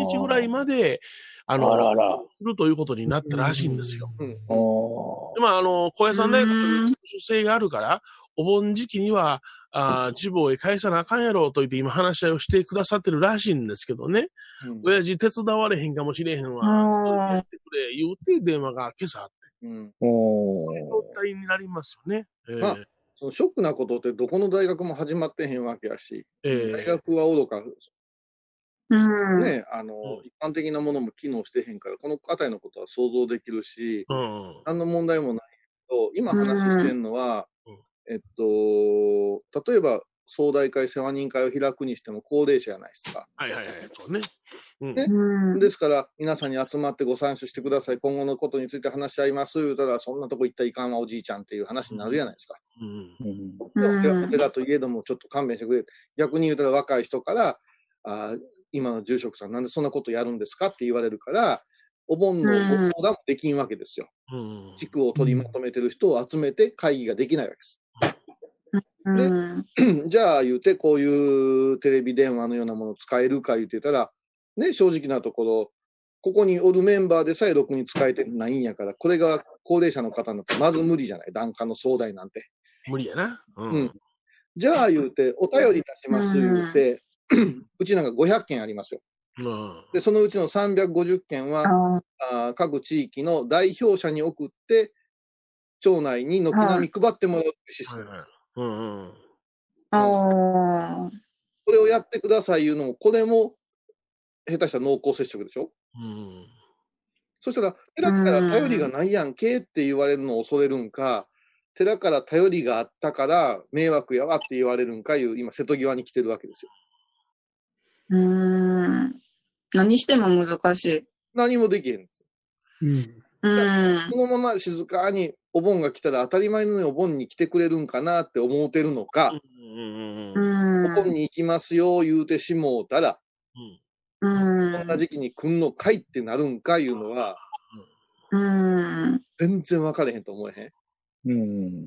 Speaker 3: 26日ぐらいまで、あ
Speaker 5: あ
Speaker 3: の、
Speaker 5: らあら。
Speaker 3: するということになったらしいんですよ。
Speaker 4: うん。
Speaker 5: お
Speaker 3: でまあ、あの、高野山大学と
Speaker 2: う
Speaker 3: い
Speaker 2: ん
Speaker 3: う特殊性があるから、お盆時期には、あー地方へ返さなあかんやろうと言って今話し合いをしてくださってるらしいんですけどね。
Speaker 4: うん
Speaker 3: 親父手伝われへんかもしれへん
Speaker 2: あ
Speaker 3: わ。
Speaker 2: ー
Speaker 3: やってくれ、言うて電話が今朝あって。
Speaker 4: うん。
Speaker 5: ーお
Speaker 3: こういう
Speaker 5: ー
Speaker 3: 状態になりますよね。え
Speaker 4: ま
Speaker 3: ー
Speaker 4: あそのショックなことって、どこの大学も始まってへんわけやし、
Speaker 3: え
Speaker 4: 大
Speaker 3: ー
Speaker 4: 学はおろか、
Speaker 2: うん。
Speaker 4: ね、あの、
Speaker 3: うん
Speaker 4: 一般的なものも機能してへんから、この辺りのことは想像できるし、
Speaker 3: うん。
Speaker 4: 何の問題もないけど、今話してるのは、
Speaker 3: うん
Speaker 4: えっと、例えば、総大会、世話人会を開くにしても高齢者じゃないですか。
Speaker 3: はいはいはい。そうね。うん。
Speaker 4: ね
Speaker 2: うん
Speaker 4: ですから、皆さんに集まってご参集してください。今後のことについて話し合います。言うたら、そんなとこ行ったらいかんわ、おじいちゃんっていう話になるじゃないですか。
Speaker 3: うん。
Speaker 5: うん
Speaker 2: うん
Speaker 4: いやお寺といえども、ちょっと勘弁してくれ。逆に言うたら、若い人から、あー今の住職さん、なんでそんなことやるんですかって言われるから、お盆のご
Speaker 2: うん
Speaker 4: 相談もできんわけですよ。
Speaker 3: うん。
Speaker 4: 地区を取りまとめてる人を集めて会議ができないわけです。
Speaker 2: うん。
Speaker 4: じゃあ言うて、こういうテレビ電話のようなもの使えるか言ってたら、ね、正直なところ、ここにおるメンバーでさえろくに使えてないんやから、これが高齢者の方なんてまず無理じゃない、檀家の総代なんて。
Speaker 3: 無理やな。う
Speaker 4: うんん。じゃあ言うて、お便り出します言うて、 うちなんか500件ありますよ。
Speaker 3: うん。
Speaker 4: で、そのうちの350件は、
Speaker 2: ああ、
Speaker 4: あー各地域の代表者に送って、町内に軒並み配ってもらうっていうシ
Speaker 3: は
Speaker 4: ステ
Speaker 3: い
Speaker 4: ム。
Speaker 3: はい。うんうん。
Speaker 2: ああ。
Speaker 4: これをやってくださいいうのも、これも、下手したら濃厚接触でしょ
Speaker 3: うん。
Speaker 4: そしたら、寺から頼りがないやんけって言われるのを恐れるんか、寺から頼りがあったから迷惑やわって言われるんかいう、今、瀬戸際に来てるわけですよ。
Speaker 2: うーん。何しても難しい。
Speaker 4: 何もできへんですよ。
Speaker 1: うん
Speaker 2: うん
Speaker 4: こ。のまま静かにお盆が来たら当たり前のようにお盆に来てくれるんかなって思うてるのか、
Speaker 3: うん。
Speaker 2: う
Speaker 3: うん。
Speaker 4: お
Speaker 2: ん。
Speaker 4: 盆に行きますよ言うてしもうたら、
Speaker 2: うん。
Speaker 4: こんな時期に来んのかいってなるんかいうのは、
Speaker 2: うん。
Speaker 4: 全然分かれへんと思えへん。
Speaker 5: うん。
Speaker 3: うん。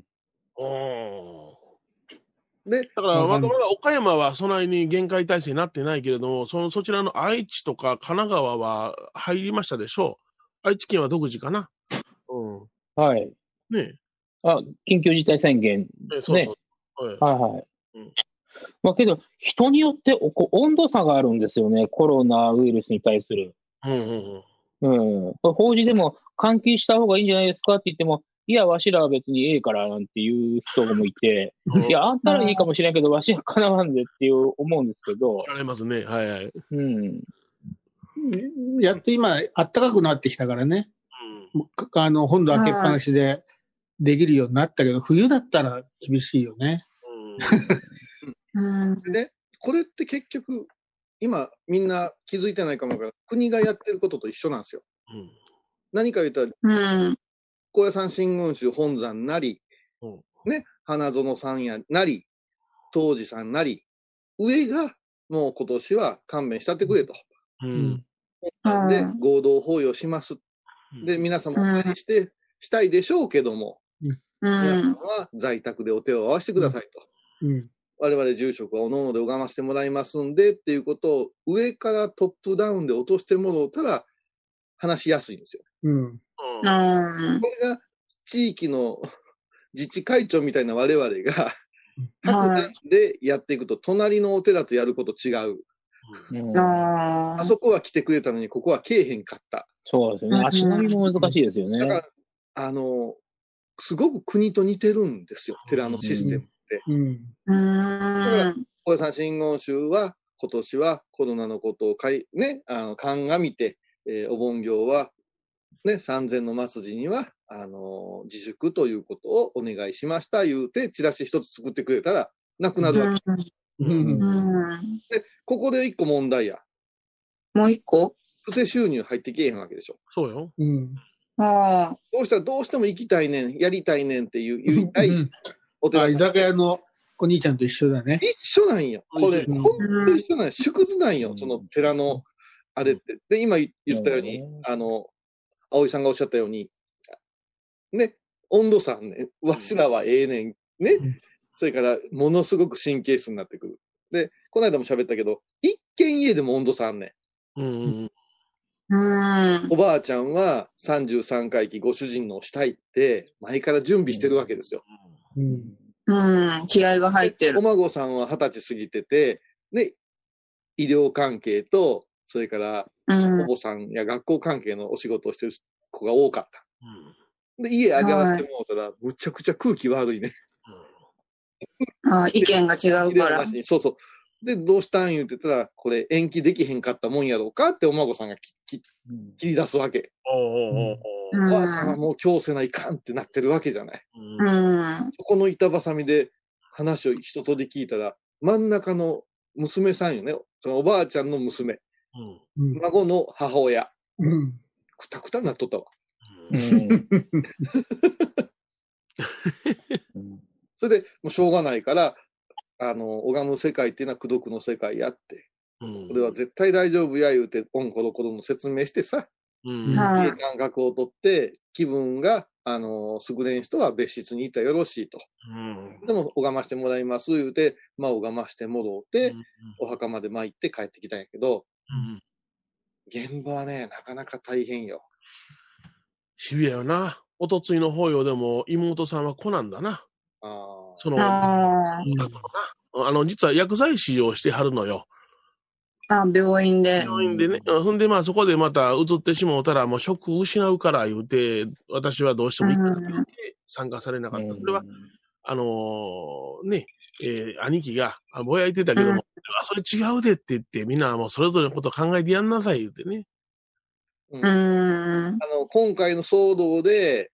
Speaker 4: で、
Speaker 3: だから、
Speaker 1: わ
Speaker 3: ま
Speaker 1: かん
Speaker 3: だ
Speaker 1: ない
Speaker 3: まだ岡山はそないに限界体制になってないけれども、そのそちらの愛知とか神奈川は入りましたでしょう。愛知県は独自かな。う
Speaker 5: はい。
Speaker 3: ん。ね
Speaker 5: あ、緊急事態宣言。
Speaker 3: え。ねそうそう。はい
Speaker 5: はいはい
Speaker 3: うん。
Speaker 5: まあけど、人によっておこう温度差があるんですよね。コロナウイルスに対する。
Speaker 3: うんうんうん
Speaker 5: うん。法事でも換気した方がいいんじゃないですかって言っても、いや、わしらは別にええからなんていう人もいて、
Speaker 3: うん
Speaker 5: いや、あんたらいいかもしれんけど、わしはかなわんでっていう思うんですけど
Speaker 3: あ、りますね。はいはい。うん
Speaker 5: うん。
Speaker 1: やっと今、あったかくなってきたからね、かあの本土開けっぱなしでできるようになったけど、冬だったら厳しいよね。
Speaker 2: うん。
Speaker 4: で、これって結局、今、みんな気づいてないかもやから、国がやってることと一緒なんですよ。
Speaker 3: うん
Speaker 4: 何か言ったら、
Speaker 2: うん。
Speaker 4: 高野山真言宗本山なり、
Speaker 3: うん
Speaker 4: ね、花園さんやなり、当時さんなり、上が、もう今年は勘弁したってくれと。
Speaker 3: う。
Speaker 1: うん
Speaker 2: うん
Speaker 4: で、合同法要します。で、皆様お願いして、したいでしょうけども、
Speaker 2: う
Speaker 4: 皆さん
Speaker 2: ん。
Speaker 4: は在宅でお手を合わせてくださいと。
Speaker 1: うん
Speaker 4: 我々住職はおのおので拝ませてもらいますんでっていうことを上からトップダウンで落としてもろうたら話しやすいんですよ。
Speaker 1: うん
Speaker 3: うん
Speaker 2: うん。
Speaker 4: これが地域の自治会長みたいな我々が、各
Speaker 2: は
Speaker 4: 団でやっていくと、隣のお寺とやること違う。
Speaker 5: うん
Speaker 2: い。あ
Speaker 4: あ
Speaker 2: あ。
Speaker 4: そこは来てくれたのに、ここは来えへんかった。
Speaker 5: そうですね。足並みも難しいですよ
Speaker 4: だか
Speaker 5: ね。
Speaker 4: ら、あの、すごく国と似てるんですよ、寺のシステム。
Speaker 1: うん。
Speaker 2: うーん。
Speaker 4: 小屋さん真言宗は、今年はコロナのことをかい、ね、あの、鑑みて、えーお盆行は、ね、三千の末時には、あの自粛ということをお願いしました、言うて、チラシ一つ作ってくれたら、なくなるわけ。
Speaker 1: うん。
Speaker 2: うん
Speaker 4: ここで一個問題や。
Speaker 2: もう一個
Speaker 4: 不正収入入ってけえへんわけでしょ。
Speaker 3: そうよ。
Speaker 1: うん。
Speaker 2: ああ。
Speaker 4: どうしたらどうしても行きたいねん、やりたいねんっていう、言いたい
Speaker 1: うん
Speaker 4: お
Speaker 1: あ
Speaker 4: 寺
Speaker 1: 居
Speaker 4: さん。
Speaker 1: 酒屋のお兄ちゃんと一緒だね。
Speaker 4: 一緒なんよ。これ、
Speaker 1: うん
Speaker 4: 本当に一緒なんよ。縮図なんよ、その寺の、あれって。で、今言ったように
Speaker 5: うん、
Speaker 4: あの、葵さんがおっしゃったように、ね、温度差ね、わしらはええねん、ね
Speaker 1: ん。
Speaker 4: それから、ものすごく神経質になってくる。で、この間も喋ったけど、一軒家でも温度差あんねん。
Speaker 3: うんうん。
Speaker 2: うん
Speaker 4: お。ばあちゃんは33回忌ご主人のをしたいって、前から準備してるわけですよ。
Speaker 1: うん。
Speaker 2: うん。気合が入って
Speaker 4: でお
Speaker 2: る。
Speaker 4: 孫さんは二十歳過ぎてて、で、医療関係と、それから、
Speaker 2: う
Speaker 4: お
Speaker 2: ん。
Speaker 4: 坊さんや学校関係のお仕事をしてる子が多かった。
Speaker 3: うん
Speaker 4: で、家上がってもうたら、むちゃくちゃ空気悪いね。
Speaker 2: ああ、意見が違う
Speaker 4: で
Speaker 2: から。
Speaker 4: 話にそうそう。で、どうしたん言ってたら、これ延期できへんかったもんやろうかってお孫さんがきき切り出すわけ。
Speaker 3: おうおうおうおう
Speaker 4: おばあちゃんはもう強制ないかんってなってるわけじゃない。
Speaker 3: うん
Speaker 2: うん。
Speaker 4: そこの板挟みで話を一通り聞いたら、真ん中の娘さんよね。そのおばあちゃんの娘、
Speaker 3: うん
Speaker 1: うん。
Speaker 4: 孫の母親、
Speaker 1: うん。
Speaker 4: くたくたになっとったわ。
Speaker 5: う
Speaker 3: うん
Speaker 5: ん
Speaker 4: それで、もうしょうがないから、あの、拝む世界っていうのは功徳の世界やって、
Speaker 3: うん
Speaker 4: これは絶対大丈夫や言うて、オンコロコロの説明してさ、
Speaker 3: うん
Speaker 4: い
Speaker 2: はい
Speaker 4: 感覚をとって、気分が、あの、優れん人は別室にいたらよろしいと。
Speaker 3: うん
Speaker 4: でも、拝ましてもらいます言うて、まあ、拝ましてもろうて、
Speaker 3: うん
Speaker 4: お墓まで参って帰ってきたんやけど、
Speaker 3: うん
Speaker 4: 現場はね、なかなか大変よ。
Speaker 3: シビアよな。おとついの法要でも妹さんは子なんだな。
Speaker 4: あー
Speaker 3: その、あ
Speaker 2: あ
Speaker 3: の、実は薬剤師をしてはるのよ。
Speaker 2: あ。ああ、病院で。
Speaker 3: 病院でね。うんほんで、まあそこでまた移ってしもうたら、もう職を失うから言うて、私はどうしても行かなくて参加されなかった。それは、あのーね、えー兄貴があぼやいてたけども、
Speaker 2: うん
Speaker 3: あそれ違うでって言って、みんなはもうそれぞれのこと考えてやんなさい言うてね。
Speaker 4: うん
Speaker 2: う
Speaker 4: あ
Speaker 2: ん。
Speaker 4: の、今回の騒動で、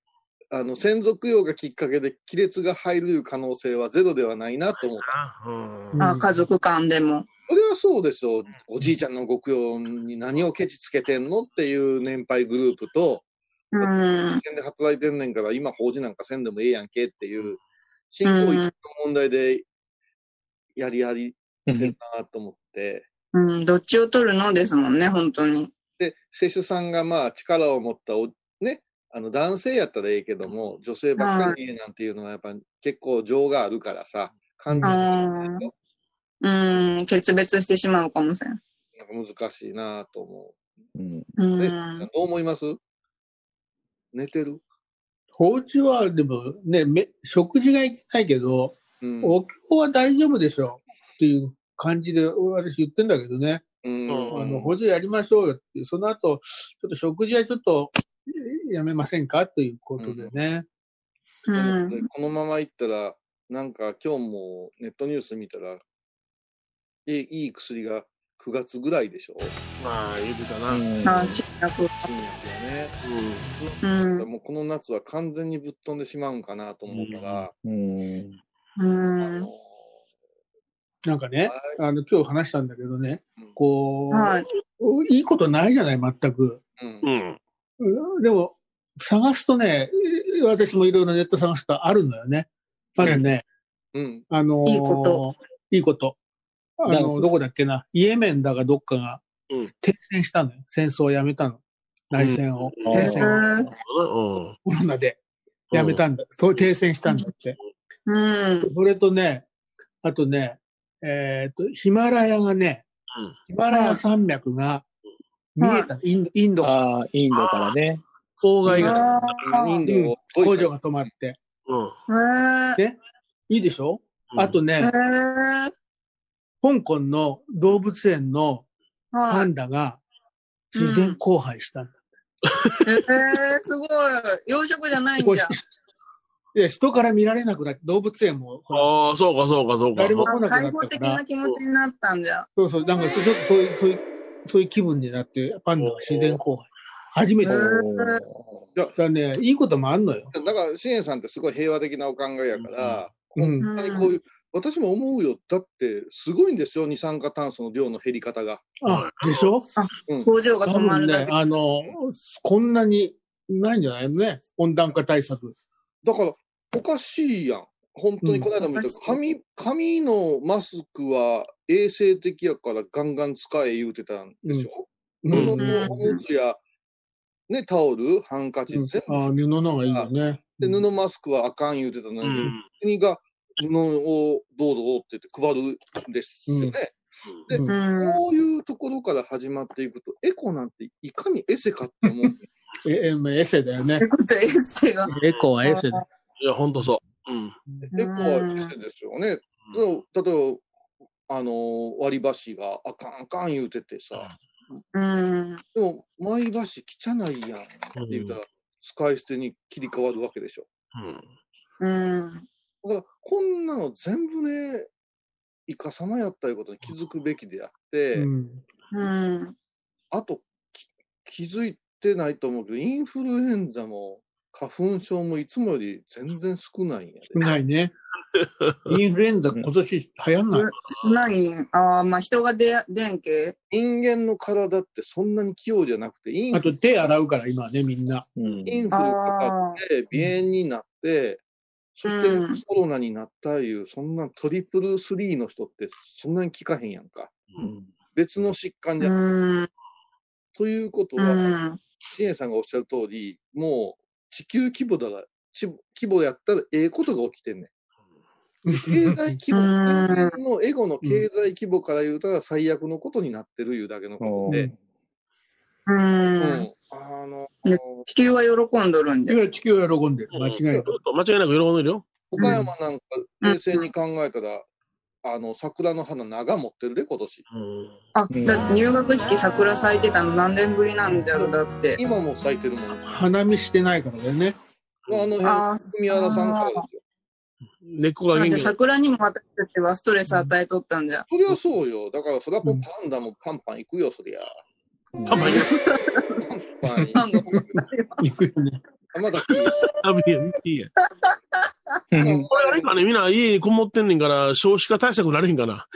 Speaker 4: あの、先祖供養がきっかけで亀裂が入る可能性はゼロではないなと思う。
Speaker 3: あうん
Speaker 2: ああ、家族間でも。
Speaker 4: それはそうでしょう。おじいちゃんのご供養に何をケチつけてんのっていう年配グループと、
Speaker 2: うん。
Speaker 4: 県で働いてんねんから今法事なんかせんでもええやんけっていう、信
Speaker 2: う
Speaker 4: 仰の
Speaker 2: ん。
Speaker 4: 問題でやりやり
Speaker 5: う
Speaker 4: て
Speaker 5: ん
Speaker 4: るなと思って。
Speaker 2: うん。どっちを取るのですもんね、本当に。
Speaker 4: で、施主さんがまあ力を持ったお、ね、あの男性やったらええけども、女性ばっかりなんていうのはやっぱ結構情があるからさ、感情
Speaker 2: うん
Speaker 4: が
Speaker 2: うん。決別してしまうかもしれん。
Speaker 4: なんか難しいなと思
Speaker 5: うん
Speaker 2: う
Speaker 4: う。ね、
Speaker 2: ん。
Speaker 4: どう思います寝てる
Speaker 1: 法事はでもね、め食事がいけないけど、
Speaker 4: うん
Speaker 1: お経は大丈夫でしょうっていう感じで私言ってんだけどね。
Speaker 4: うん
Speaker 1: あの、補助やりましょうよって、その後、ちょっと食事はちょっとえやめませんかということでね。
Speaker 2: う
Speaker 4: で
Speaker 2: ん。
Speaker 4: このまま行ったら、なんか今日もネットニュース見たら、いいいい薬が9月ぐらいでしょ
Speaker 3: まあ言うてたな。
Speaker 2: ああ、新薬。
Speaker 4: 新薬はね。
Speaker 2: うん。
Speaker 4: もうこの夏は完全にぶっ飛んでしまうんかなと思うから、
Speaker 5: うん
Speaker 4: あ
Speaker 2: うん
Speaker 4: の。
Speaker 1: なんかね、あの、今日話したんだけどね
Speaker 4: うん、
Speaker 1: こう、
Speaker 2: はい
Speaker 1: い、いことないじゃない、全く。
Speaker 4: うん
Speaker 3: うん。
Speaker 1: うんでも、探すとね、え私もいろいろネット探すとあるのよね。あるね。
Speaker 4: うん。
Speaker 1: あのー
Speaker 2: いいこと。
Speaker 1: いいこと。あ
Speaker 5: なん
Speaker 1: の、
Speaker 5: す
Speaker 1: どこだっけな。イエメンだがどっかが
Speaker 3: うん、
Speaker 1: 停戦したのよ。戦争をやめたの。内戦を。
Speaker 3: うん
Speaker 1: 停戦を
Speaker 2: うん
Speaker 3: うん。
Speaker 1: コロナでやめたんだ。そう停戦したんだって。
Speaker 2: うん。
Speaker 1: それとね、あとね、えっ、と、ヒマラヤがね、
Speaker 3: うん
Speaker 1: ヒマラヤ山脈が見えた、インド、インド
Speaker 5: ああ、インドからね。
Speaker 3: 郊外が。
Speaker 2: あ
Speaker 4: イン
Speaker 1: う
Speaker 4: ド
Speaker 1: ん
Speaker 4: を
Speaker 1: 工場が止まって。
Speaker 3: うん。
Speaker 2: へえ。
Speaker 1: いいでしょ、あと
Speaker 2: へえ
Speaker 1: ね、。香港の動物園のパ
Speaker 2: はい。
Speaker 1: ンダが自然交配したんだ。
Speaker 2: へえ、すごい。養殖じゃないん
Speaker 1: こう
Speaker 2: じゃ。
Speaker 1: いや人から見られなくなって、動物園も、ほら
Speaker 3: ああ、そうか、そうか、そうか。
Speaker 1: 誰も来なくなったから
Speaker 2: 開放的な気持ちになったんじゃ。
Speaker 1: そうそう、なんかちょっとそういう、そういう、そういう気分になって、パンダが自然交配。初め
Speaker 2: へ
Speaker 1: て。だか
Speaker 2: え。
Speaker 1: らね、いいこともあんのよ。
Speaker 4: だから、支援さんってすごい平和的なお考えやから、
Speaker 1: うん。
Speaker 4: 本当にこういう、私も思うよ。だって、すごいんですよ、二酸化炭素の量の減り方が。
Speaker 1: あ、でしょ
Speaker 2: 工場が
Speaker 1: 多
Speaker 2: 止ま
Speaker 1: 分
Speaker 2: るだ
Speaker 1: ね
Speaker 2: け、。
Speaker 1: あの、こんなにないんじゃないのね。温暖化対策。
Speaker 4: だから、おかしいやん。本当にこの間も言ったけど、
Speaker 2: うん
Speaker 4: 紙、紙のマスクは衛生的やからガンガン使え言うてたんですよ。
Speaker 1: う
Speaker 4: 布
Speaker 1: ん。
Speaker 4: のおむつや、ね、タオル、ハンカチ、全
Speaker 1: あ布の方がいいよね。
Speaker 4: 部、で布マスクはあかん言うてたの
Speaker 3: う
Speaker 4: に、
Speaker 3: ん。
Speaker 4: 国が布をどうぞって言って配るんですよね。で、
Speaker 1: うん
Speaker 2: うん。
Speaker 4: こういうところから始まっていくと、エコなんていかにエセかって思う。
Speaker 1: え、え、エセだよね
Speaker 2: って。ことエステが。
Speaker 1: エコはエセだ。
Speaker 3: いや、ほんとそう。うん。
Speaker 4: エコはエセですよね。そう例えば、あのー割り箸があかんあかん言うててさ、
Speaker 2: うん。
Speaker 4: でも、マイ箸きちゃないやんって言うたら、使い捨てに切り替わるわけでしょ。
Speaker 3: うん。
Speaker 2: うん。
Speaker 4: だから、こんなの全部ね、イカ様やったいうことに気づくべきであって、
Speaker 1: うん。
Speaker 2: うん。
Speaker 4: あとき気づいてないと思うけど、インフルエンザも花粉症もいつもより全然少ないんやで。
Speaker 1: 少ない ね。インフルエンザ今年流行んない。
Speaker 2: ないああ、まあ人が出、出んけ。
Speaker 4: 人間の体ってそんなに器用じゃなくて、イン
Speaker 1: あ
Speaker 4: フ
Speaker 1: と
Speaker 4: ル
Speaker 1: 手洗うから今ね、みんな。
Speaker 5: うん
Speaker 4: インフル
Speaker 2: あ
Speaker 4: かか
Speaker 2: あ。
Speaker 4: って、鼻炎になって、そして
Speaker 2: うん
Speaker 4: コロナになったいう、そんなトリプルスリーの人ってそんなに効かへんやんか。
Speaker 3: うん。
Speaker 4: 別の疾患じ
Speaker 2: う
Speaker 4: ゃ、
Speaker 2: ん。
Speaker 4: ということ
Speaker 2: う
Speaker 4: は、
Speaker 2: ん。
Speaker 4: 支援さんがおっしゃる通り、もう地球規模だが、ち規模やったらええことが起きてんねん。経済規模、
Speaker 2: うん
Speaker 4: 人間のエゴの経済規模から言うたら最悪のことになってるいうだけのことで、
Speaker 2: う。
Speaker 4: うんん、あの、
Speaker 2: ね地球は喜んどるん
Speaker 1: だ
Speaker 2: で
Speaker 1: か。ら地球は喜んでる。間違いな
Speaker 3: 間
Speaker 1: い。
Speaker 3: 違いなく喜んでるよ。
Speaker 4: 岡山なんか冷静に考えたら、あの、桜の花長持ってるで、今年。
Speaker 3: うん。
Speaker 2: あ、だって入学式桜咲いてたの何年ぶりなんだろう、だって。
Speaker 4: 今も咲いてるもん。あ
Speaker 1: 花見してないからだよね。
Speaker 4: の辺、
Speaker 2: あー
Speaker 4: 組原さんからですよ。
Speaker 3: 根っこが
Speaker 2: あじゃ
Speaker 3: 元
Speaker 2: あ
Speaker 3: 気な
Speaker 2: 桜にも私たちはストレス与えとったんじゃ。
Speaker 4: そりゃそうよ。だから、そりゃもうパンダもパンパン行くよ、そ りゃ。
Speaker 3: パンパン行
Speaker 4: パン
Speaker 2: パ
Speaker 4: パ
Speaker 2: ン
Speaker 4: ン
Speaker 2: ダ
Speaker 4: 行くよ。
Speaker 1: 行くよね。
Speaker 4: あまだ、
Speaker 3: あ、いいやん、いいやん。
Speaker 5: うん
Speaker 3: これあれかね、みんな家にこもってんねんから、少子化対策なれへんかな。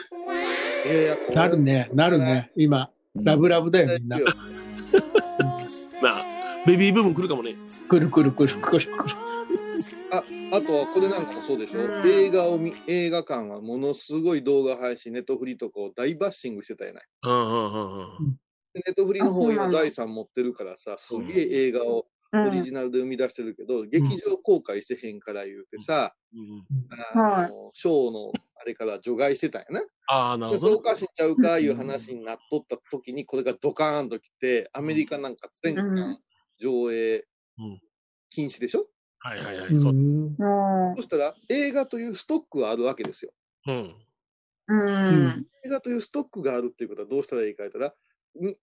Speaker 4: いやいやこれ
Speaker 1: なるね。なるね。今、ラブラブだよ、みんな。
Speaker 3: なあ、ベビーブーム来るかもね。
Speaker 1: くるくるくるくるくる。
Speaker 4: ああとはこれなんかもそうでしょ、
Speaker 2: うん
Speaker 4: 映画を見映画館はものすごい動画配信ネットフリとかを大バッシングしてたやない
Speaker 3: うんうんうんうん。
Speaker 4: でネットフリの
Speaker 2: あそ
Speaker 4: 方
Speaker 2: うな
Speaker 4: 今
Speaker 2: んだ
Speaker 4: 財産持ってるからさすげえ映画を
Speaker 2: う
Speaker 4: オリ
Speaker 2: ん。
Speaker 4: ジナルで生み出してるけど、劇場公開してへんから言うてさ、
Speaker 3: うん
Speaker 4: あのショーのあれから除外してたんやな、
Speaker 3: ああ、な
Speaker 4: で
Speaker 3: る
Speaker 4: それ
Speaker 3: ほ
Speaker 4: お
Speaker 3: ど。
Speaker 4: かしいんちゃうかいう話になっとった時にこれがドカーンときてアメリカなんか全
Speaker 2: うん
Speaker 4: 館上映
Speaker 3: うん
Speaker 4: 禁止でしょ、
Speaker 3: はいはいは
Speaker 1: う
Speaker 3: い。そう。
Speaker 1: ん。
Speaker 2: も
Speaker 4: そしたら映画というストックはあるわけですよ
Speaker 3: うん。
Speaker 2: う、うん。
Speaker 4: 映画というストックがあるっていうことはどうしたらいいか言ったら、に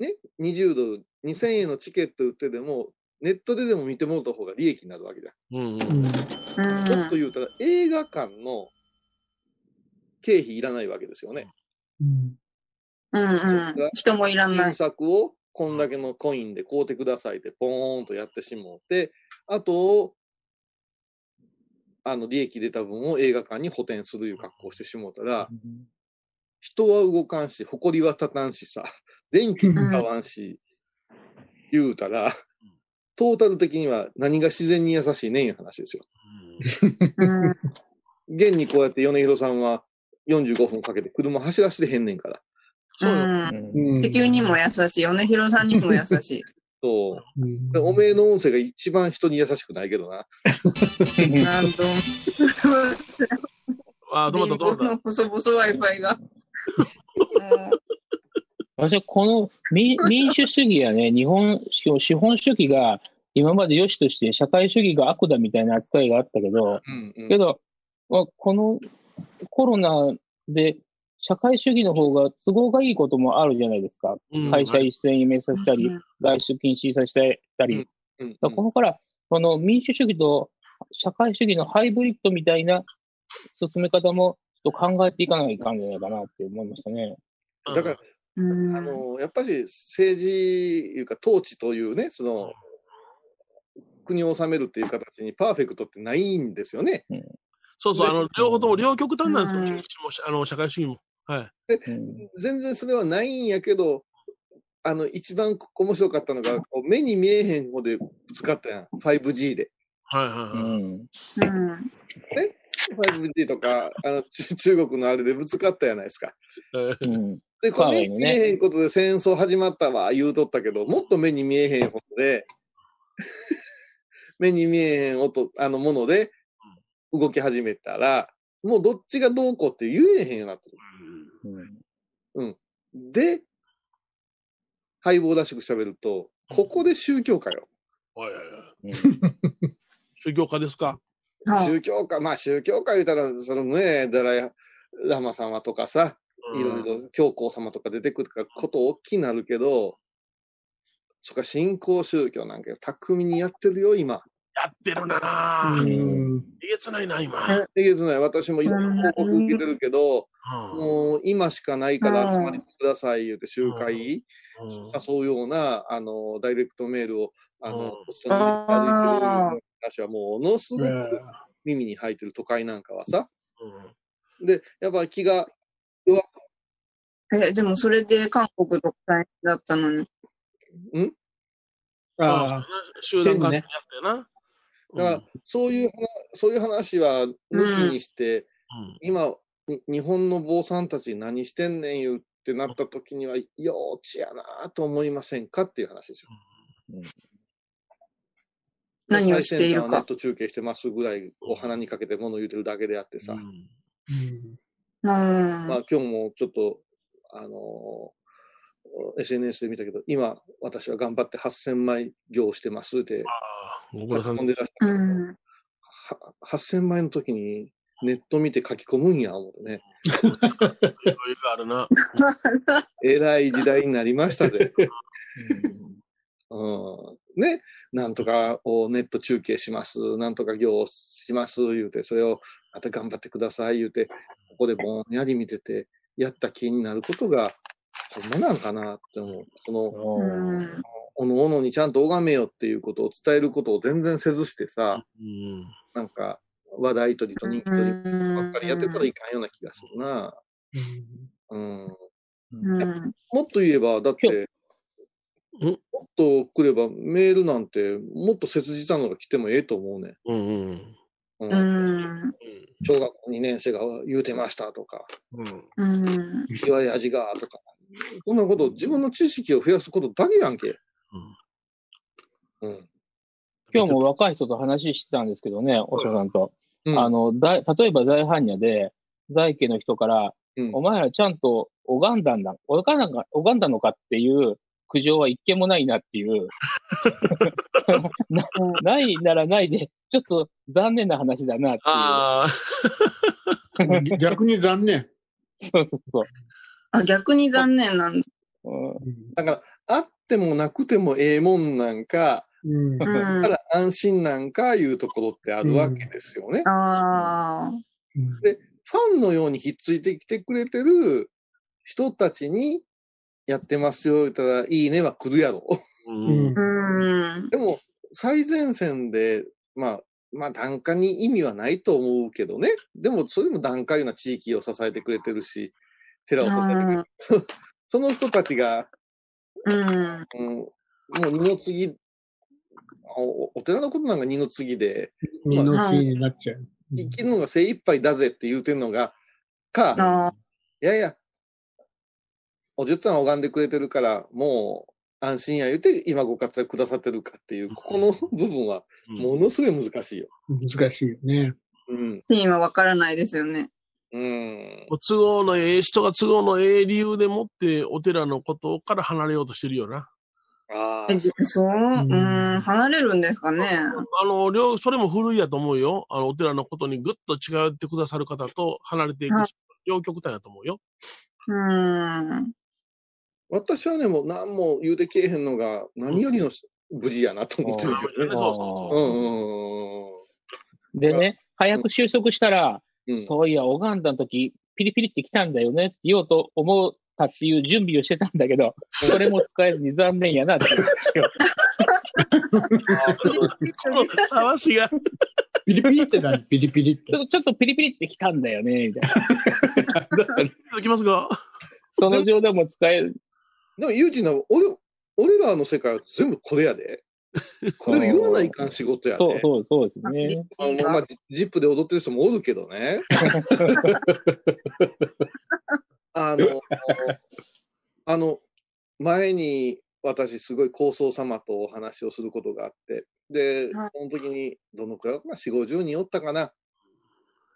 Speaker 4: ね、20ドル、2000円のチケット売ってでも、ネットででも見てもらった方が利益になるわけじゃ。
Speaker 3: うんうん。
Speaker 1: うん
Speaker 2: うん
Speaker 4: もっと
Speaker 2: ん。
Speaker 4: 言うたら、映画館の経費いらないわけですよね。
Speaker 1: ん。
Speaker 2: うん。うん。人もいらな
Speaker 4: 原
Speaker 2: い。
Speaker 4: 作をこんだけのコインで買うてくださいって、ポーンとやってしもうて、あと、あの利益出た分を映画館に補填するいう格好をしてしもうたら、人は動かんし、埃は立たんしさ、 電気も買わんし、言うたら、トータル的には何が自然に優しいねんいう話ですよ。
Speaker 2: うん。
Speaker 4: 現にこうやって米広さんは45分かけて車走らせてへんねんから。
Speaker 2: うん。
Speaker 1: うん
Speaker 2: 地球にも優しい。米広さんにも優しい。
Speaker 4: そうう。でおめえの音声が一番人に優しくないけどな。
Speaker 2: なんと。
Speaker 3: ああ、止まった止まっ
Speaker 2: 細々 Wi-Fi が。も
Speaker 5: 私はこの民民主主義やね、日本資本主義が今まで良しとして社会主義が悪だみたいな扱いがあったけど、
Speaker 4: うんうん
Speaker 5: けど、まあこのコロナで社会主義の方が都合がいいこともあるじゃないですか。
Speaker 3: うん
Speaker 5: 会社
Speaker 3: はい
Speaker 5: 一斉に命させたり、外出禁止させたり。
Speaker 4: うん
Speaker 5: だからこのから、この民主主義と社会主義のハイブリッドみたいな進め方もちょっと考えていかないかんじゃないかなって思いましたね。
Speaker 4: だから、
Speaker 2: うん
Speaker 4: あのやっぱり政治いうか統治というねその国を治めるっていう形にパーフェクトってないんですよね。
Speaker 3: そうそう、あの、両方とも両極端なんですよ、
Speaker 2: うん
Speaker 3: 民主もあの社会主義も。はい。
Speaker 5: うん
Speaker 4: 全然それはないんやけどあの一番面白かったのがこう目に見えへん方でぶつかったやん 5G で。
Speaker 3: はいは
Speaker 5: う
Speaker 3: いはい。
Speaker 5: ん。
Speaker 2: うん。
Speaker 4: 5G とかあの中 中国のあれでぶつかったやないですか。
Speaker 3: え
Speaker 5: う
Speaker 3: ー
Speaker 5: ん。
Speaker 4: でこ
Speaker 5: ハー
Speaker 4: れ目に
Speaker 5: レーの
Speaker 4: 見
Speaker 5: ね
Speaker 4: えへんことで戦争始まったわ言うとったけどもっと目に見えへんことで 目に見えへん音あのもので動き始めたらもうどっちがどうこうって言えへんようになって
Speaker 5: うん
Speaker 4: る。でハイボーらしく喋るとここで宗教かよ。
Speaker 3: おいおいおい
Speaker 5: うん
Speaker 3: 宗教家ですか
Speaker 2: はい
Speaker 4: 宗教家まあ宗教家言うたらそのねダライ・ラマ様とかさいろいろ教皇様とか出てくるからこと大きになるけど、そっか、新興宗教なんか巧みにやってるよ、今。
Speaker 3: やってるな
Speaker 1: う
Speaker 3: ぁ。
Speaker 1: ん
Speaker 3: えげつないな、今。
Speaker 2: うん
Speaker 4: えげつない、私もいろんな報告受けてるけど、
Speaker 3: うん
Speaker 4: もう今しかないから集まりください、言うて集会、
Speaker 3: うん
Speaker 4: そうような、あの、ダイレクトメールを、あの、
Speaker 3: うん
Speaker 4: ポストに入れてあるっていう話はものすごく耳に入ってる都会なんかはさ。
Speaker 3: うん
Speaker 4: で、やっぱ気が、
Speaker 2: え、でもそれで韓国独裁だったのに。
Speaker 1: ああ
Speaker 3: 集団感染やったよな。
Speaker 4: だからそういう話、そういう話は抜きにし
Speaker 3: うんう
Speaker 4: て、
Speaker 3: ん
Speaker 4: 今、に日本の坊さんたち何してんねん言うってなった時には、幼稚やなと思いませんかっていう話ですよ。
Speaker 2: 何をしている
Speaker 4: 最先端はネッ
Speaker 2: か。
Speaker 4: ト中継してますぐらい、お花にかけて物言うてるだけであってさ、
Speaker 3: うん
Speaker 1: うん
Speaker 2: うん。
Speaker 4: まあ今日もちょっと、あのー SNS で見たけど、今、私は頑張って8000枚行してますって、
Speaker 3: あーご苦労
Speaker 4: 書き
Speaker 3: さん
Speaker 4: 込んでらっしゃ
Speaker 2: う
Speaker 4: る
Speaker 2: ん。
Speaker 4: は8000枚の時に、ネット見て書き込むんや、思うね。
Speaker 3: いろいろあるな。
Speaker 4: えらい時代になりましたぜ。うんね、なんとかをネット中継します、なんとか行をします、言うて、それをまた頑張ってください、言うて、ここでぼんやり見てて、やった気になることが、ほんまなんかなって思う。この、
Speaker 2: うん
Speaker 4: おのおのにちゃんと拝めよっていうことを伝えることを全然せずしてさ、
Speaker 3: うん
Speaker 4: なんか、話題取りと人気取りばっかりやってたらいかんような気がするな。うん。
Speaker 2: うん
Speaker 4: もっと言えば、だって、
Speaker 3: うん
Speaker 4: もっと来ればメールなんて、もっと切実なのが来てもええと思うね。
Speaker 3: うんうん
Speaker 4: うん
Speaker 2: うん
Speaker 4: 小学校2年生が言うてましたとか、
Speaker 3: うん
Speaker 2: うん
Speaker 4: 岩井味がとか、そんなこと、自分の知識を増やすことだけやんけ。うん。
Speaker 5: 今日も若い人と話してたんですけどね、おしょさんと。
Speaker 4: うん
Speaker 5: あの、だい例えば在犯者で、在家の人から、
Speaker 4: うん
Speaker 5: お前らちゃんと拝んだんだ、拝んだんか拝んだのかっていう苦情は一件もないなっていう。なないならないで、ちょっと残念な話だなっていう。
Speaker 3: ああ、
Speaker 1: うん逆に残念。
Speaker 5: そうそうそ
Speaker 2: あ、逆に残念なんだ。
Speaker 5: う。
Speaker 4: だから、あってもなくてもええもんなんか、
Speaker 1: うん
Speaker 2: う
Speaker 4: た
Speaker 2: ん。
Speaker 4: だ安心なんかいうところってあるわけですよね。
Speaker 2: ああ。
Speaker 1: うん
Speaker 4: ファンのようにひっついてきてくれてる人たちに、やってますよ、言ったら、いいねは来るやろ。
Speaker 3: うん
Speaker 2: うん。
Speaker 4: でも、最前線で、まあ、まあ、檀家に意味はないと思うけどね。でも、それでも檀家いうのは地域を支えてくれてるし、寺を支えてくれてる。その人たちが、
Speaker 2: うん。
Speaker 4: うん、もう二の次、おお寺のことなんか二の次で、
Speaker 1: 二の次になっちゃう。
Speaker 4: 生きるのが精一杯だぜって言うてんのが、か、
Speaker 2: あ
Speaker 4: いやいや、おじゅっさんは拝んでくれてるから、もう安心や言うて、今ご活躍くださってるかっていう、ここの 部分は、ものすごい難しいよ。
Speaker 1: 難しいよね。
Speaker 4: うん。
Speaker 2: シーンはわからないですよね。
Speaker 4: うん。
Speaker 3: 都合のええ人が都合のええ理由でもってお寺のことから離れようとしてるよな。
Speaker 4: あか。
Speaker 2: えじそう、うん、離れるんですかね。
Speaker 3: あの、両、それも古いやと思うよ。あの、お寺のことにぐっと近寄ってくださる方と離れていく
Speaker 2: はい
Speaker 3: 人、両極端やと思うよ。
Speaker 2: うん。
Speaker 4: 私はね、もう何も言うてけえへんのが、何よりの無事やなと思ってるけどね。
Speaker 3: そう
Speaker 4: うん
Speaker 3: そううそ
Speaker 4: んうん
Speaker 5: でね、早く収束したら、
Speaker 4: うんうん。
Speaker 5: そういや、オガンダの時、ピリピリって来たんだよねって言おうと思ったっていう準備をしてたんだけど、それも使えずに残念やなっていう 話を。
Speaker 3: こ
Speaker 4: あー
Speaker 3: の騒しが、
Speaker 9: ピリピリって何ピリピリっ
Speaker 5: ちょ
Speaker 9: て。
Speaker 5: っとちょっとピリピリって来たんだよね、みたいな。
Speaker 3: 続きますか
Speaker 5: その冗談も使える。
Speaker 4: でも、ユージな、俺、俺らの世界は全部これや で。これを言わないかん仕事やで。
Speaker 5: そう、そう、そうですね。
Speaker 4: あのまあ、ジップで踊ってる人もおるけ どね。あの、あの、前に私、すごい高僧様とお話をすることがあって、で、
Speaker 2: はい
Speaker 4: その時に、どのくらい、まあ、4、50人おったかな。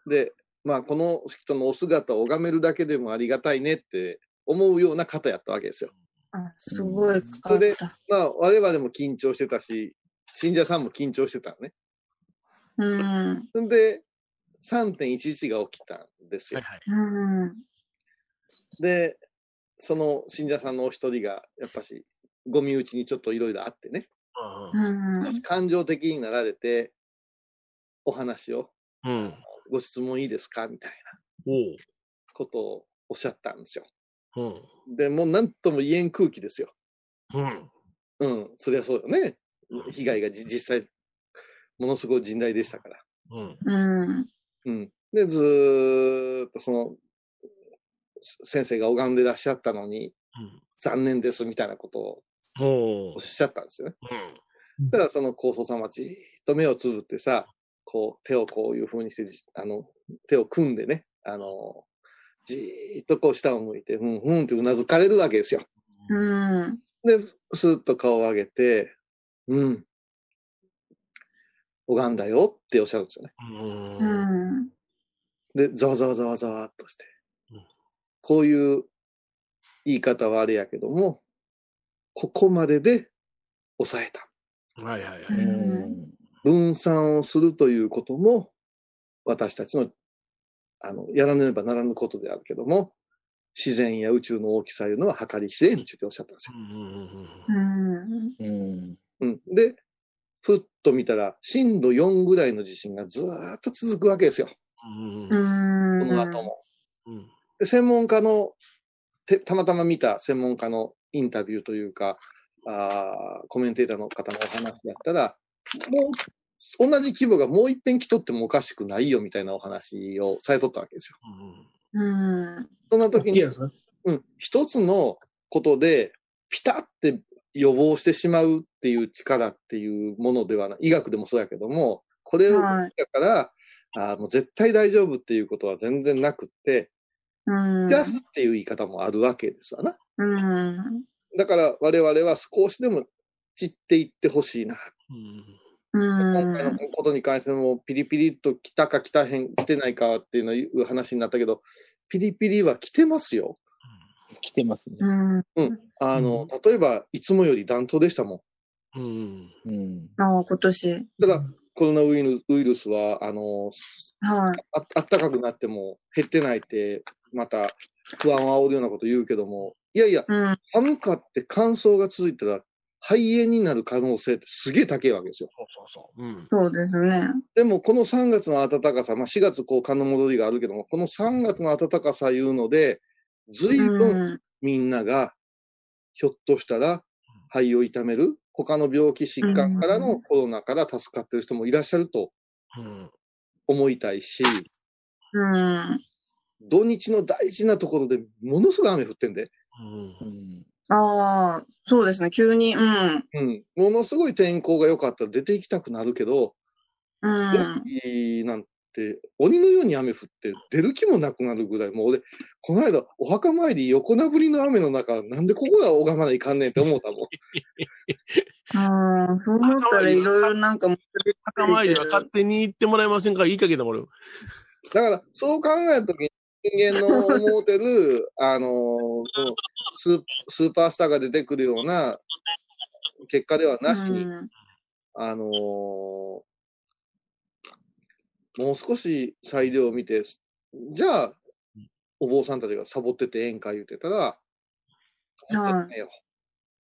Speaker 4: で、まあ、この人のお姿を拝めるだけでもありがたいねって思うような方やったわけですよ。
Speaker 2: あすごい使った。
Speaker 4: まあ、我々も緊張してたし、信者さんも緊張してたのね。
Speaker 2: うん。
Speaker 4: んで、3.11が起きたんですよ。
Speaker 2: うん。
Speaker 4: で、その信者さんのお一人が、やっぱし、ご身内にちょっといろいろあってね、
Speaker 3: う
Speaker 2: う
Speaker 4: 少し
Speaker 2: ん。
Speaker 4: 感情的になられて、お話を、
Speaker 3: ん。うん。
Speaker 4: ご質問いいですかみたいな
Speaker 3: お
Speaker 4: ことをおっしゃったんですよ。
Speaker 3: う。うん。
Speaker 4: で、もう何とも言えん空気ですよ。
Speaker 3: うん。
Speaker 4: うん、そりゃそうよね。被害がじ実際、ものすごい甚大でしたから。
Speaker 3: うん。
Speaker 2: うん。
Speaker 4: うん。で、ずーっとその、す先生が拝んでらっしゃったのに、残念ですみたいなことを
Speaker 3: お
Speaker 4: お
Speaker 3: う
Speaker 4: っ。しゃったんですよね。
Speaker 3: うん。
Speaker 4: たらその高僧様じーっと目をつぶってさ、こう手をこういう風にしてじ、あの、手を組んでね、あの、じーっとこう下を向いて、うんうんってうなずかれるわけですよ。
Speaker 2: うん。
Speaker 4: で、スーッと顔を上げて、うん、拝んだよっておっしゃるんですよね。
Speaker 3: うん。
Speaker 2: う
Speaker 3: うん。
Speaker 2: ん。
Speaker 4: で、ざわざわざわざわっとして
Speaker 3: うん。
Speaker 4: こういう言い方はあれやけども、ここまでで抑えた。
Speaker 3: はいはいはい。
Speaker 2: うん
Speaker 4: 分散をするということも、私たちの、あの、やらねばならぬことであるけども、自然や宇宙の大きさいうのは計り知れんっておっしゃったんですよ。
Speaker 3: うんうん
Speaker 2: うん。
Speaker 5: うん。
Speaker 4: うん。で、ふっと見たら、震度4ぐらいの地震がずーっと続くわけですよ。
Speaker 3: う
Speaker 2: う
Speaker 3: ん。うん。
Speaker 4: こ
Speaker 2: ん。
Speaker 4: の後も。
Speaker 3: うん。
Speaker 4: で、専門家の、てたまたま見た専門家のインタビューというか、あーコメンテーターの方のお話だったら、もう、同じ規模がもう一遍来とってもおかしくないよみたいなお話をされとったわけですよ。
Speaker 2: うん。
Speaker 4: そんな
Speaker 1: 大
Speaker 4: 時
Speaker 1: きい
Speaker 4: に
Speaker 1: や、つね
Speaker 4: うん、一つのことで、ピタって予防してしまうっていう力っていうものではない。医学でもそうやけども、これを、
Speaker 2: はい
Speaker 4: だから、あーもう絶対大丈夫っていうことは全然なくって、
Speaker 2: うん。
Speaker 4: 冷やすっていう言い方もあるわけですわな。
Speaker 2: うん。
Speaker 4: だから我々は少しでも散っていってほしいな。
Speaker 3: うん。
Speaker 2: うん。
Speaker 4: 今回のことに関してもピリピリと来たか来たへん、来てないかっていうのいう話になったけど、ピリピリは来てますよ。
Speaker 5: 来てますね。
Speaker 2: うん。
Speaker 4: あの、例えばいつもより暖冬でしたもん。
Speaker 3: うん。
Speaker 5: うん。
Speaker 2: ああ、今年。
Speaker 4: だからコロナウイルウイルスは、あの、
Speaker 2: はい。
Speaker 4: ああったかくなっても減ってないって、また不安を煽るようなこと言うけども、いやいや、
Speaker 2: うん。
Speaker 4: 寒かって乾燥が続いたら、肺炎になる可能性ってすげえ高いわけですよ。
Speaker 3: そうそうそう。うん。
Speaker 2: そうですね。
Speaker 4: でもこの3月の暖かさ、まあ、4月こう寒の戻りがあるけども、この3月の暖かさいうので、随分
Speaker 2: うん。
Speaker 4: みんなが、ひょっとしたら肺を痛める、他の病気疾患から
Speaker 2: う
Speaker 4: の
Speaker 2: ん
Speaker 4: コロナから助かってる人もいらっしゃると
Speaker 3: うん。
Speaker 4: 思いたいし、
Speaker 2: うん。
Speaker 4: 土日の大事なところでものすごい雨降ってんで、
Speaker 3: うん
Speaker 5: う。ん。
Speaker 2: ああ、そうですね。急に。うん。
Speaker 4: うん、ものすごい天候が良かったら出て行きたくなるけど、
Speaker 2: う
Speaker 4: ヤ
Speaker 2: ん
Speaker 4: ッ。キーなんて、鬼のように雨降って、出る気もなくなるぐらい、もう俺、この間、お墓参り横殴りの雨の中、なんでここは拝まないかんねんって 思ったもん。
Speaker 2: ああ、そう思ったらいろいろなんかも
Speaker 3: 墓参りは勝手に行ってもらえませんかいいかげだもん。
Speaker 4: だから、そう考えたときに、人間の思う てる、あのーそのスー、スーパースターが出てくるような、結果ではなしに、
Speaker 2: うん
Speaker 4: あのーもう少し裁量を見て、じゃあ、お坊さんたちがサボっててええんか言うてたら、
Speaker 2: は
Speaker 4: ねえよ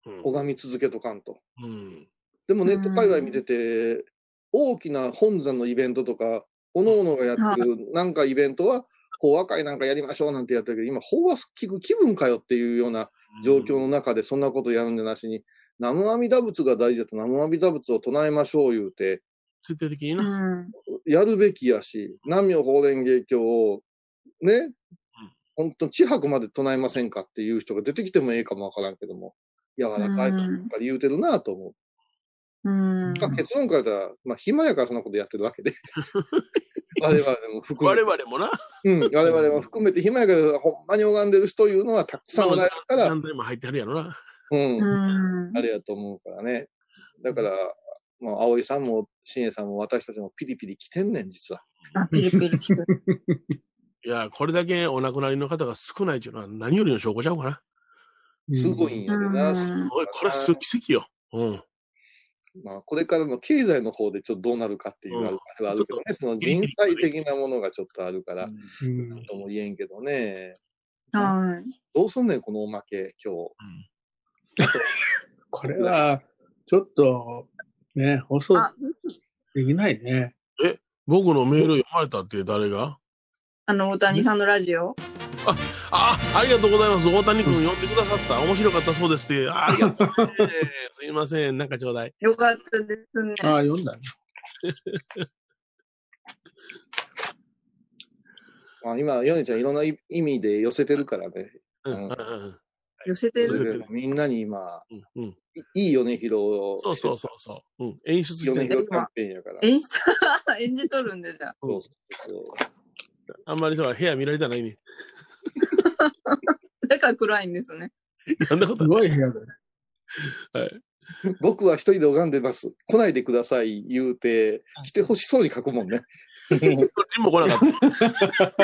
Speaker 3: うん
Speaker 4: 拝み続けとかんと。
Speaker 3: うん
Speaker 4: でもネット界隈見てて、大きな本山のイベントとか、各々がやってるなんかイベントは、法和会なんかやりましょうなんてやってるけど、今、法和聞く気分かよっていうような状況の中でそんなことやるんでなしに、南無阿弥陀仏が大事だと南無阿弥陀仏を唱えましょう言うて、
Speaker 3: 徹底的に
Speaker 2: う
Speaker 3: な。
Speaker 2: ん
Speaker 4: やるべきやし、南無法蓮華経を、ね、本当地白まで唱えませんかっていう人が出てきてもええかもわからんけども、柔らかいとか言うてるなと思う。
Speaker 2: うん
Speaker 4: まあ、結論から言ったら、まあ、暇やからそんなことやってるわけで。我々も含
Speaker 3: 我
Speaker 4: めて。
Speaker 3: 々もな、
Speaker 4: うん、我々も含めて暇やから、ほんまに拝んでる人いうのはたくさんおられるから、
Speaker 3: 団体も入ってはるやろな。
Speaker 4: うん、
Speaker 2: うん
Speaker 4: あれやと思うからね。だから、まあ、葵さんも、新栄さんも、私たちもピリピリ来てんねん、実は。
Speaker 2: あピリピリきてる。
Speaker 3: いや、これだけお亡くなりの方が少ないというのは何よりの証拠ちゃうかな。
Speaker 4: すごいんやでな。
Speaker 2: うん
Speaker 3: おいこれはすごい奇跡よ。うん。
Speaker 4: まあ、これからの経済の方でちょっとどうなるかっていうのはあれはあるけどね、その人体的なものがちょっとあるから、
Speaker 1: うん
Speaker 4: とも言えんけどね。
Speaker 2: はい。
Speaker 4: どうすんねん、このおまけ、今日。
Speaker 1: これは、ちょっと、ね、放送
Speaker 2: あ
Speaker 1: できないね。
Speaker 3: 僕のメール読まれたって誰が
Speaker 2: あの、大谷さんのラジオ。
Speaker 3: あ、ありがとうございます。大谷君呼んでくださった。面白かったそうですって。あありがとうございます。すいません。なんかちょうだい。
Speaker 2: よかったですね。
Speaker 1: ああ、読んだね。
Speaker 4: まあ、今、ヨネちゃんいろんな意味で寄せてるからね。
Speaker 3: うん。
Speaker 4: うん
Speaker 3: うん
Speaker 2: 寄せて
Speaker 3: 寄せ
Speaker 2: る。
Speaker 3: てる
Speaker 4: みんなに今、
Speaker 3: うんうん。
Speaker 4: いいい米広を。
Speaker 3: そうそうそうそう。うん。演出して
Speaker 4: 米
Speaker 3: る。
Speaker 4: 広キャンペーンやから。
Speaker 2: 演出、演じとるんでじゃあ。
Speaker 4: そうそう
Speaker 3: あんまりそう部屋見られたないね。
Speaker 2: だから暗いんですね。
Speaker 3: そんなこと
Speaker 1: す
Speaker 3: ない。
Speaker 1: ごい部屋だね。
Speaker 4: そう僕は一人で拝んでます。来ないでください、言うて、来てほしそうに書くもんね。
Speaker 3: 一人も来なか っ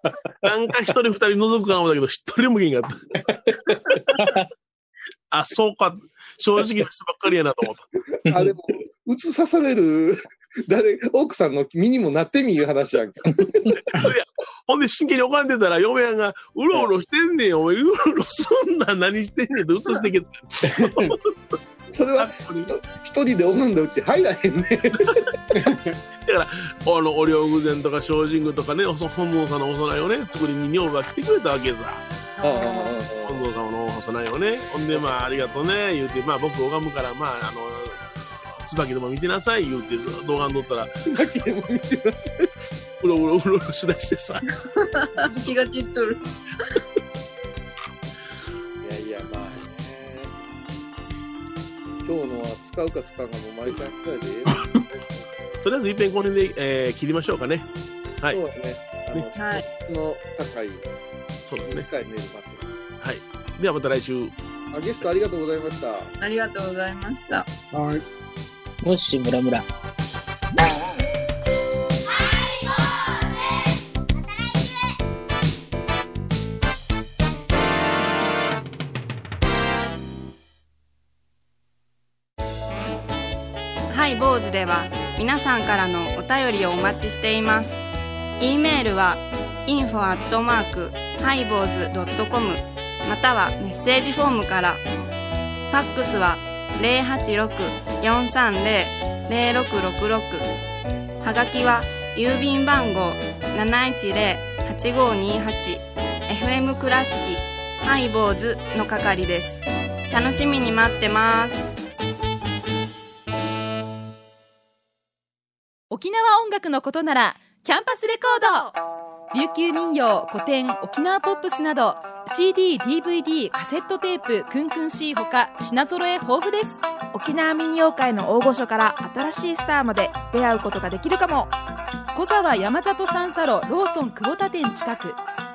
Speaker 3: た。なんか一人二人覗くかな思ったけど、一人も来んか った。あ、そうか。正直な人ばっかりやなと思った。
Speaker 4: あ、でも、映さされる、誰、奥さんの身にもなってみいう話やんか。
Speaker 3: ほんで真剣に拝んでたら、嫁はんが、うろうろしてんねん、お前、うろうろすんな、何してんねんって映してきて、
Speaker 4: それ
Speaker 3: あ
Speaker 4: は一人で拝んだうち入らへんね。
Speaker 3: の、お両偶然とか精進宮とかね、おそ本尊さんのお供えをね、作りに女房が来てくれたわけさ。本尊様のお供えをね、ほんで、まあ、ありがとうね、言うて、まあ、僕拝むから、まあ、あの、椿でも見てなさい、言うて、動画に撮ったら、
Speaker 4: 泣きでも見てます。
Speaker 3: うろうろうろうろしだしてさ。
Speaker 2: 気が散っとる。
Speaker 4: いやいや、まあね。今日のは使うか使うかも、まりちゃんくらいでええわ
Speaker 3: とりあえず一遍この辺で、えー切りましょうかね。 はい
Speaker 4: そうだね。あの、
Speaker 2: はい。
Speaker 4: 質の高い、
Speaker 3: そうですね。
Speaker 4: 深いメール待って
Speaker 3: ではまた来週。
Speaker 4: ます。あ、ゲストありがとうございました。
Speaker 2: ありがとうございました。
Speaker 1: はい。
Speaker 5: ムッシュムラムラ。
Speaker 10: ハイボーズでは皆さんからのお便りをお待ちしています。e メールは info アットマークハイボーズドットコムまたはメッセージフォームから。ファックスは086-430-0666はがきは郵便番号710-8528 FM 倉敷ハイボーズの係です。楽しみに待ってます。
Speaker 11: 沖縄音楽のことならキャンパスレコード琉球民謡古典沖縄ポップスなど CDDVD カセットテープクンクン C ほか品揃え豊富です
Speaker 12: 沖縄民謡界の大御所から新しいスターまで出会うことができるかも
Speaker 11: 小沢山里三佐路ローソン久保田店近く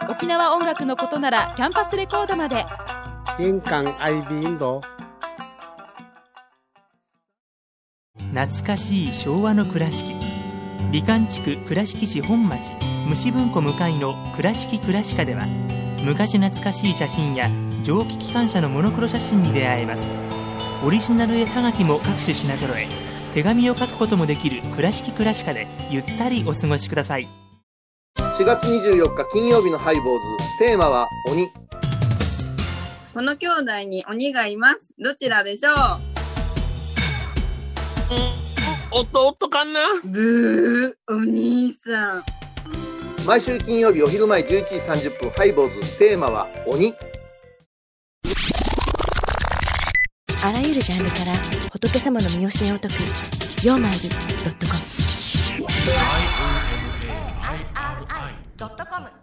Speaker 11: 沖縄音楽のことならキャンパスレコードまで
Speaker 13: 玄関アイビーインド
Speaker 8: 懐かしい昭和の倉敷美観地区倉敷市本町虫文庫向かいの「倉敷倉歯科」では昔懐かしい写真や蒸気機関車のモノクロ写真に出会えます
Speaker 10: オリジナル絵はがきも各種品揃え手紙を書くこともできる「倉敷倉敷」でゆったりお過ごしください
Speaker 4: 4月24日金曜日のハイボーズテーマは鬼
Speaker 2: この兄弟に鬼がいます。どちらでしょう
Speaker 5: おっとおっとかんな
Speaker 2: ブー、お兄さん。
Speaker 4: 毎週金曜日お昼前11時30分ハイボーズテーマは鬼
Speaker 6: あらゆるジャンルから仏様の身教えを解く「曜マイルドットコム」
Speaker 14: ドットコム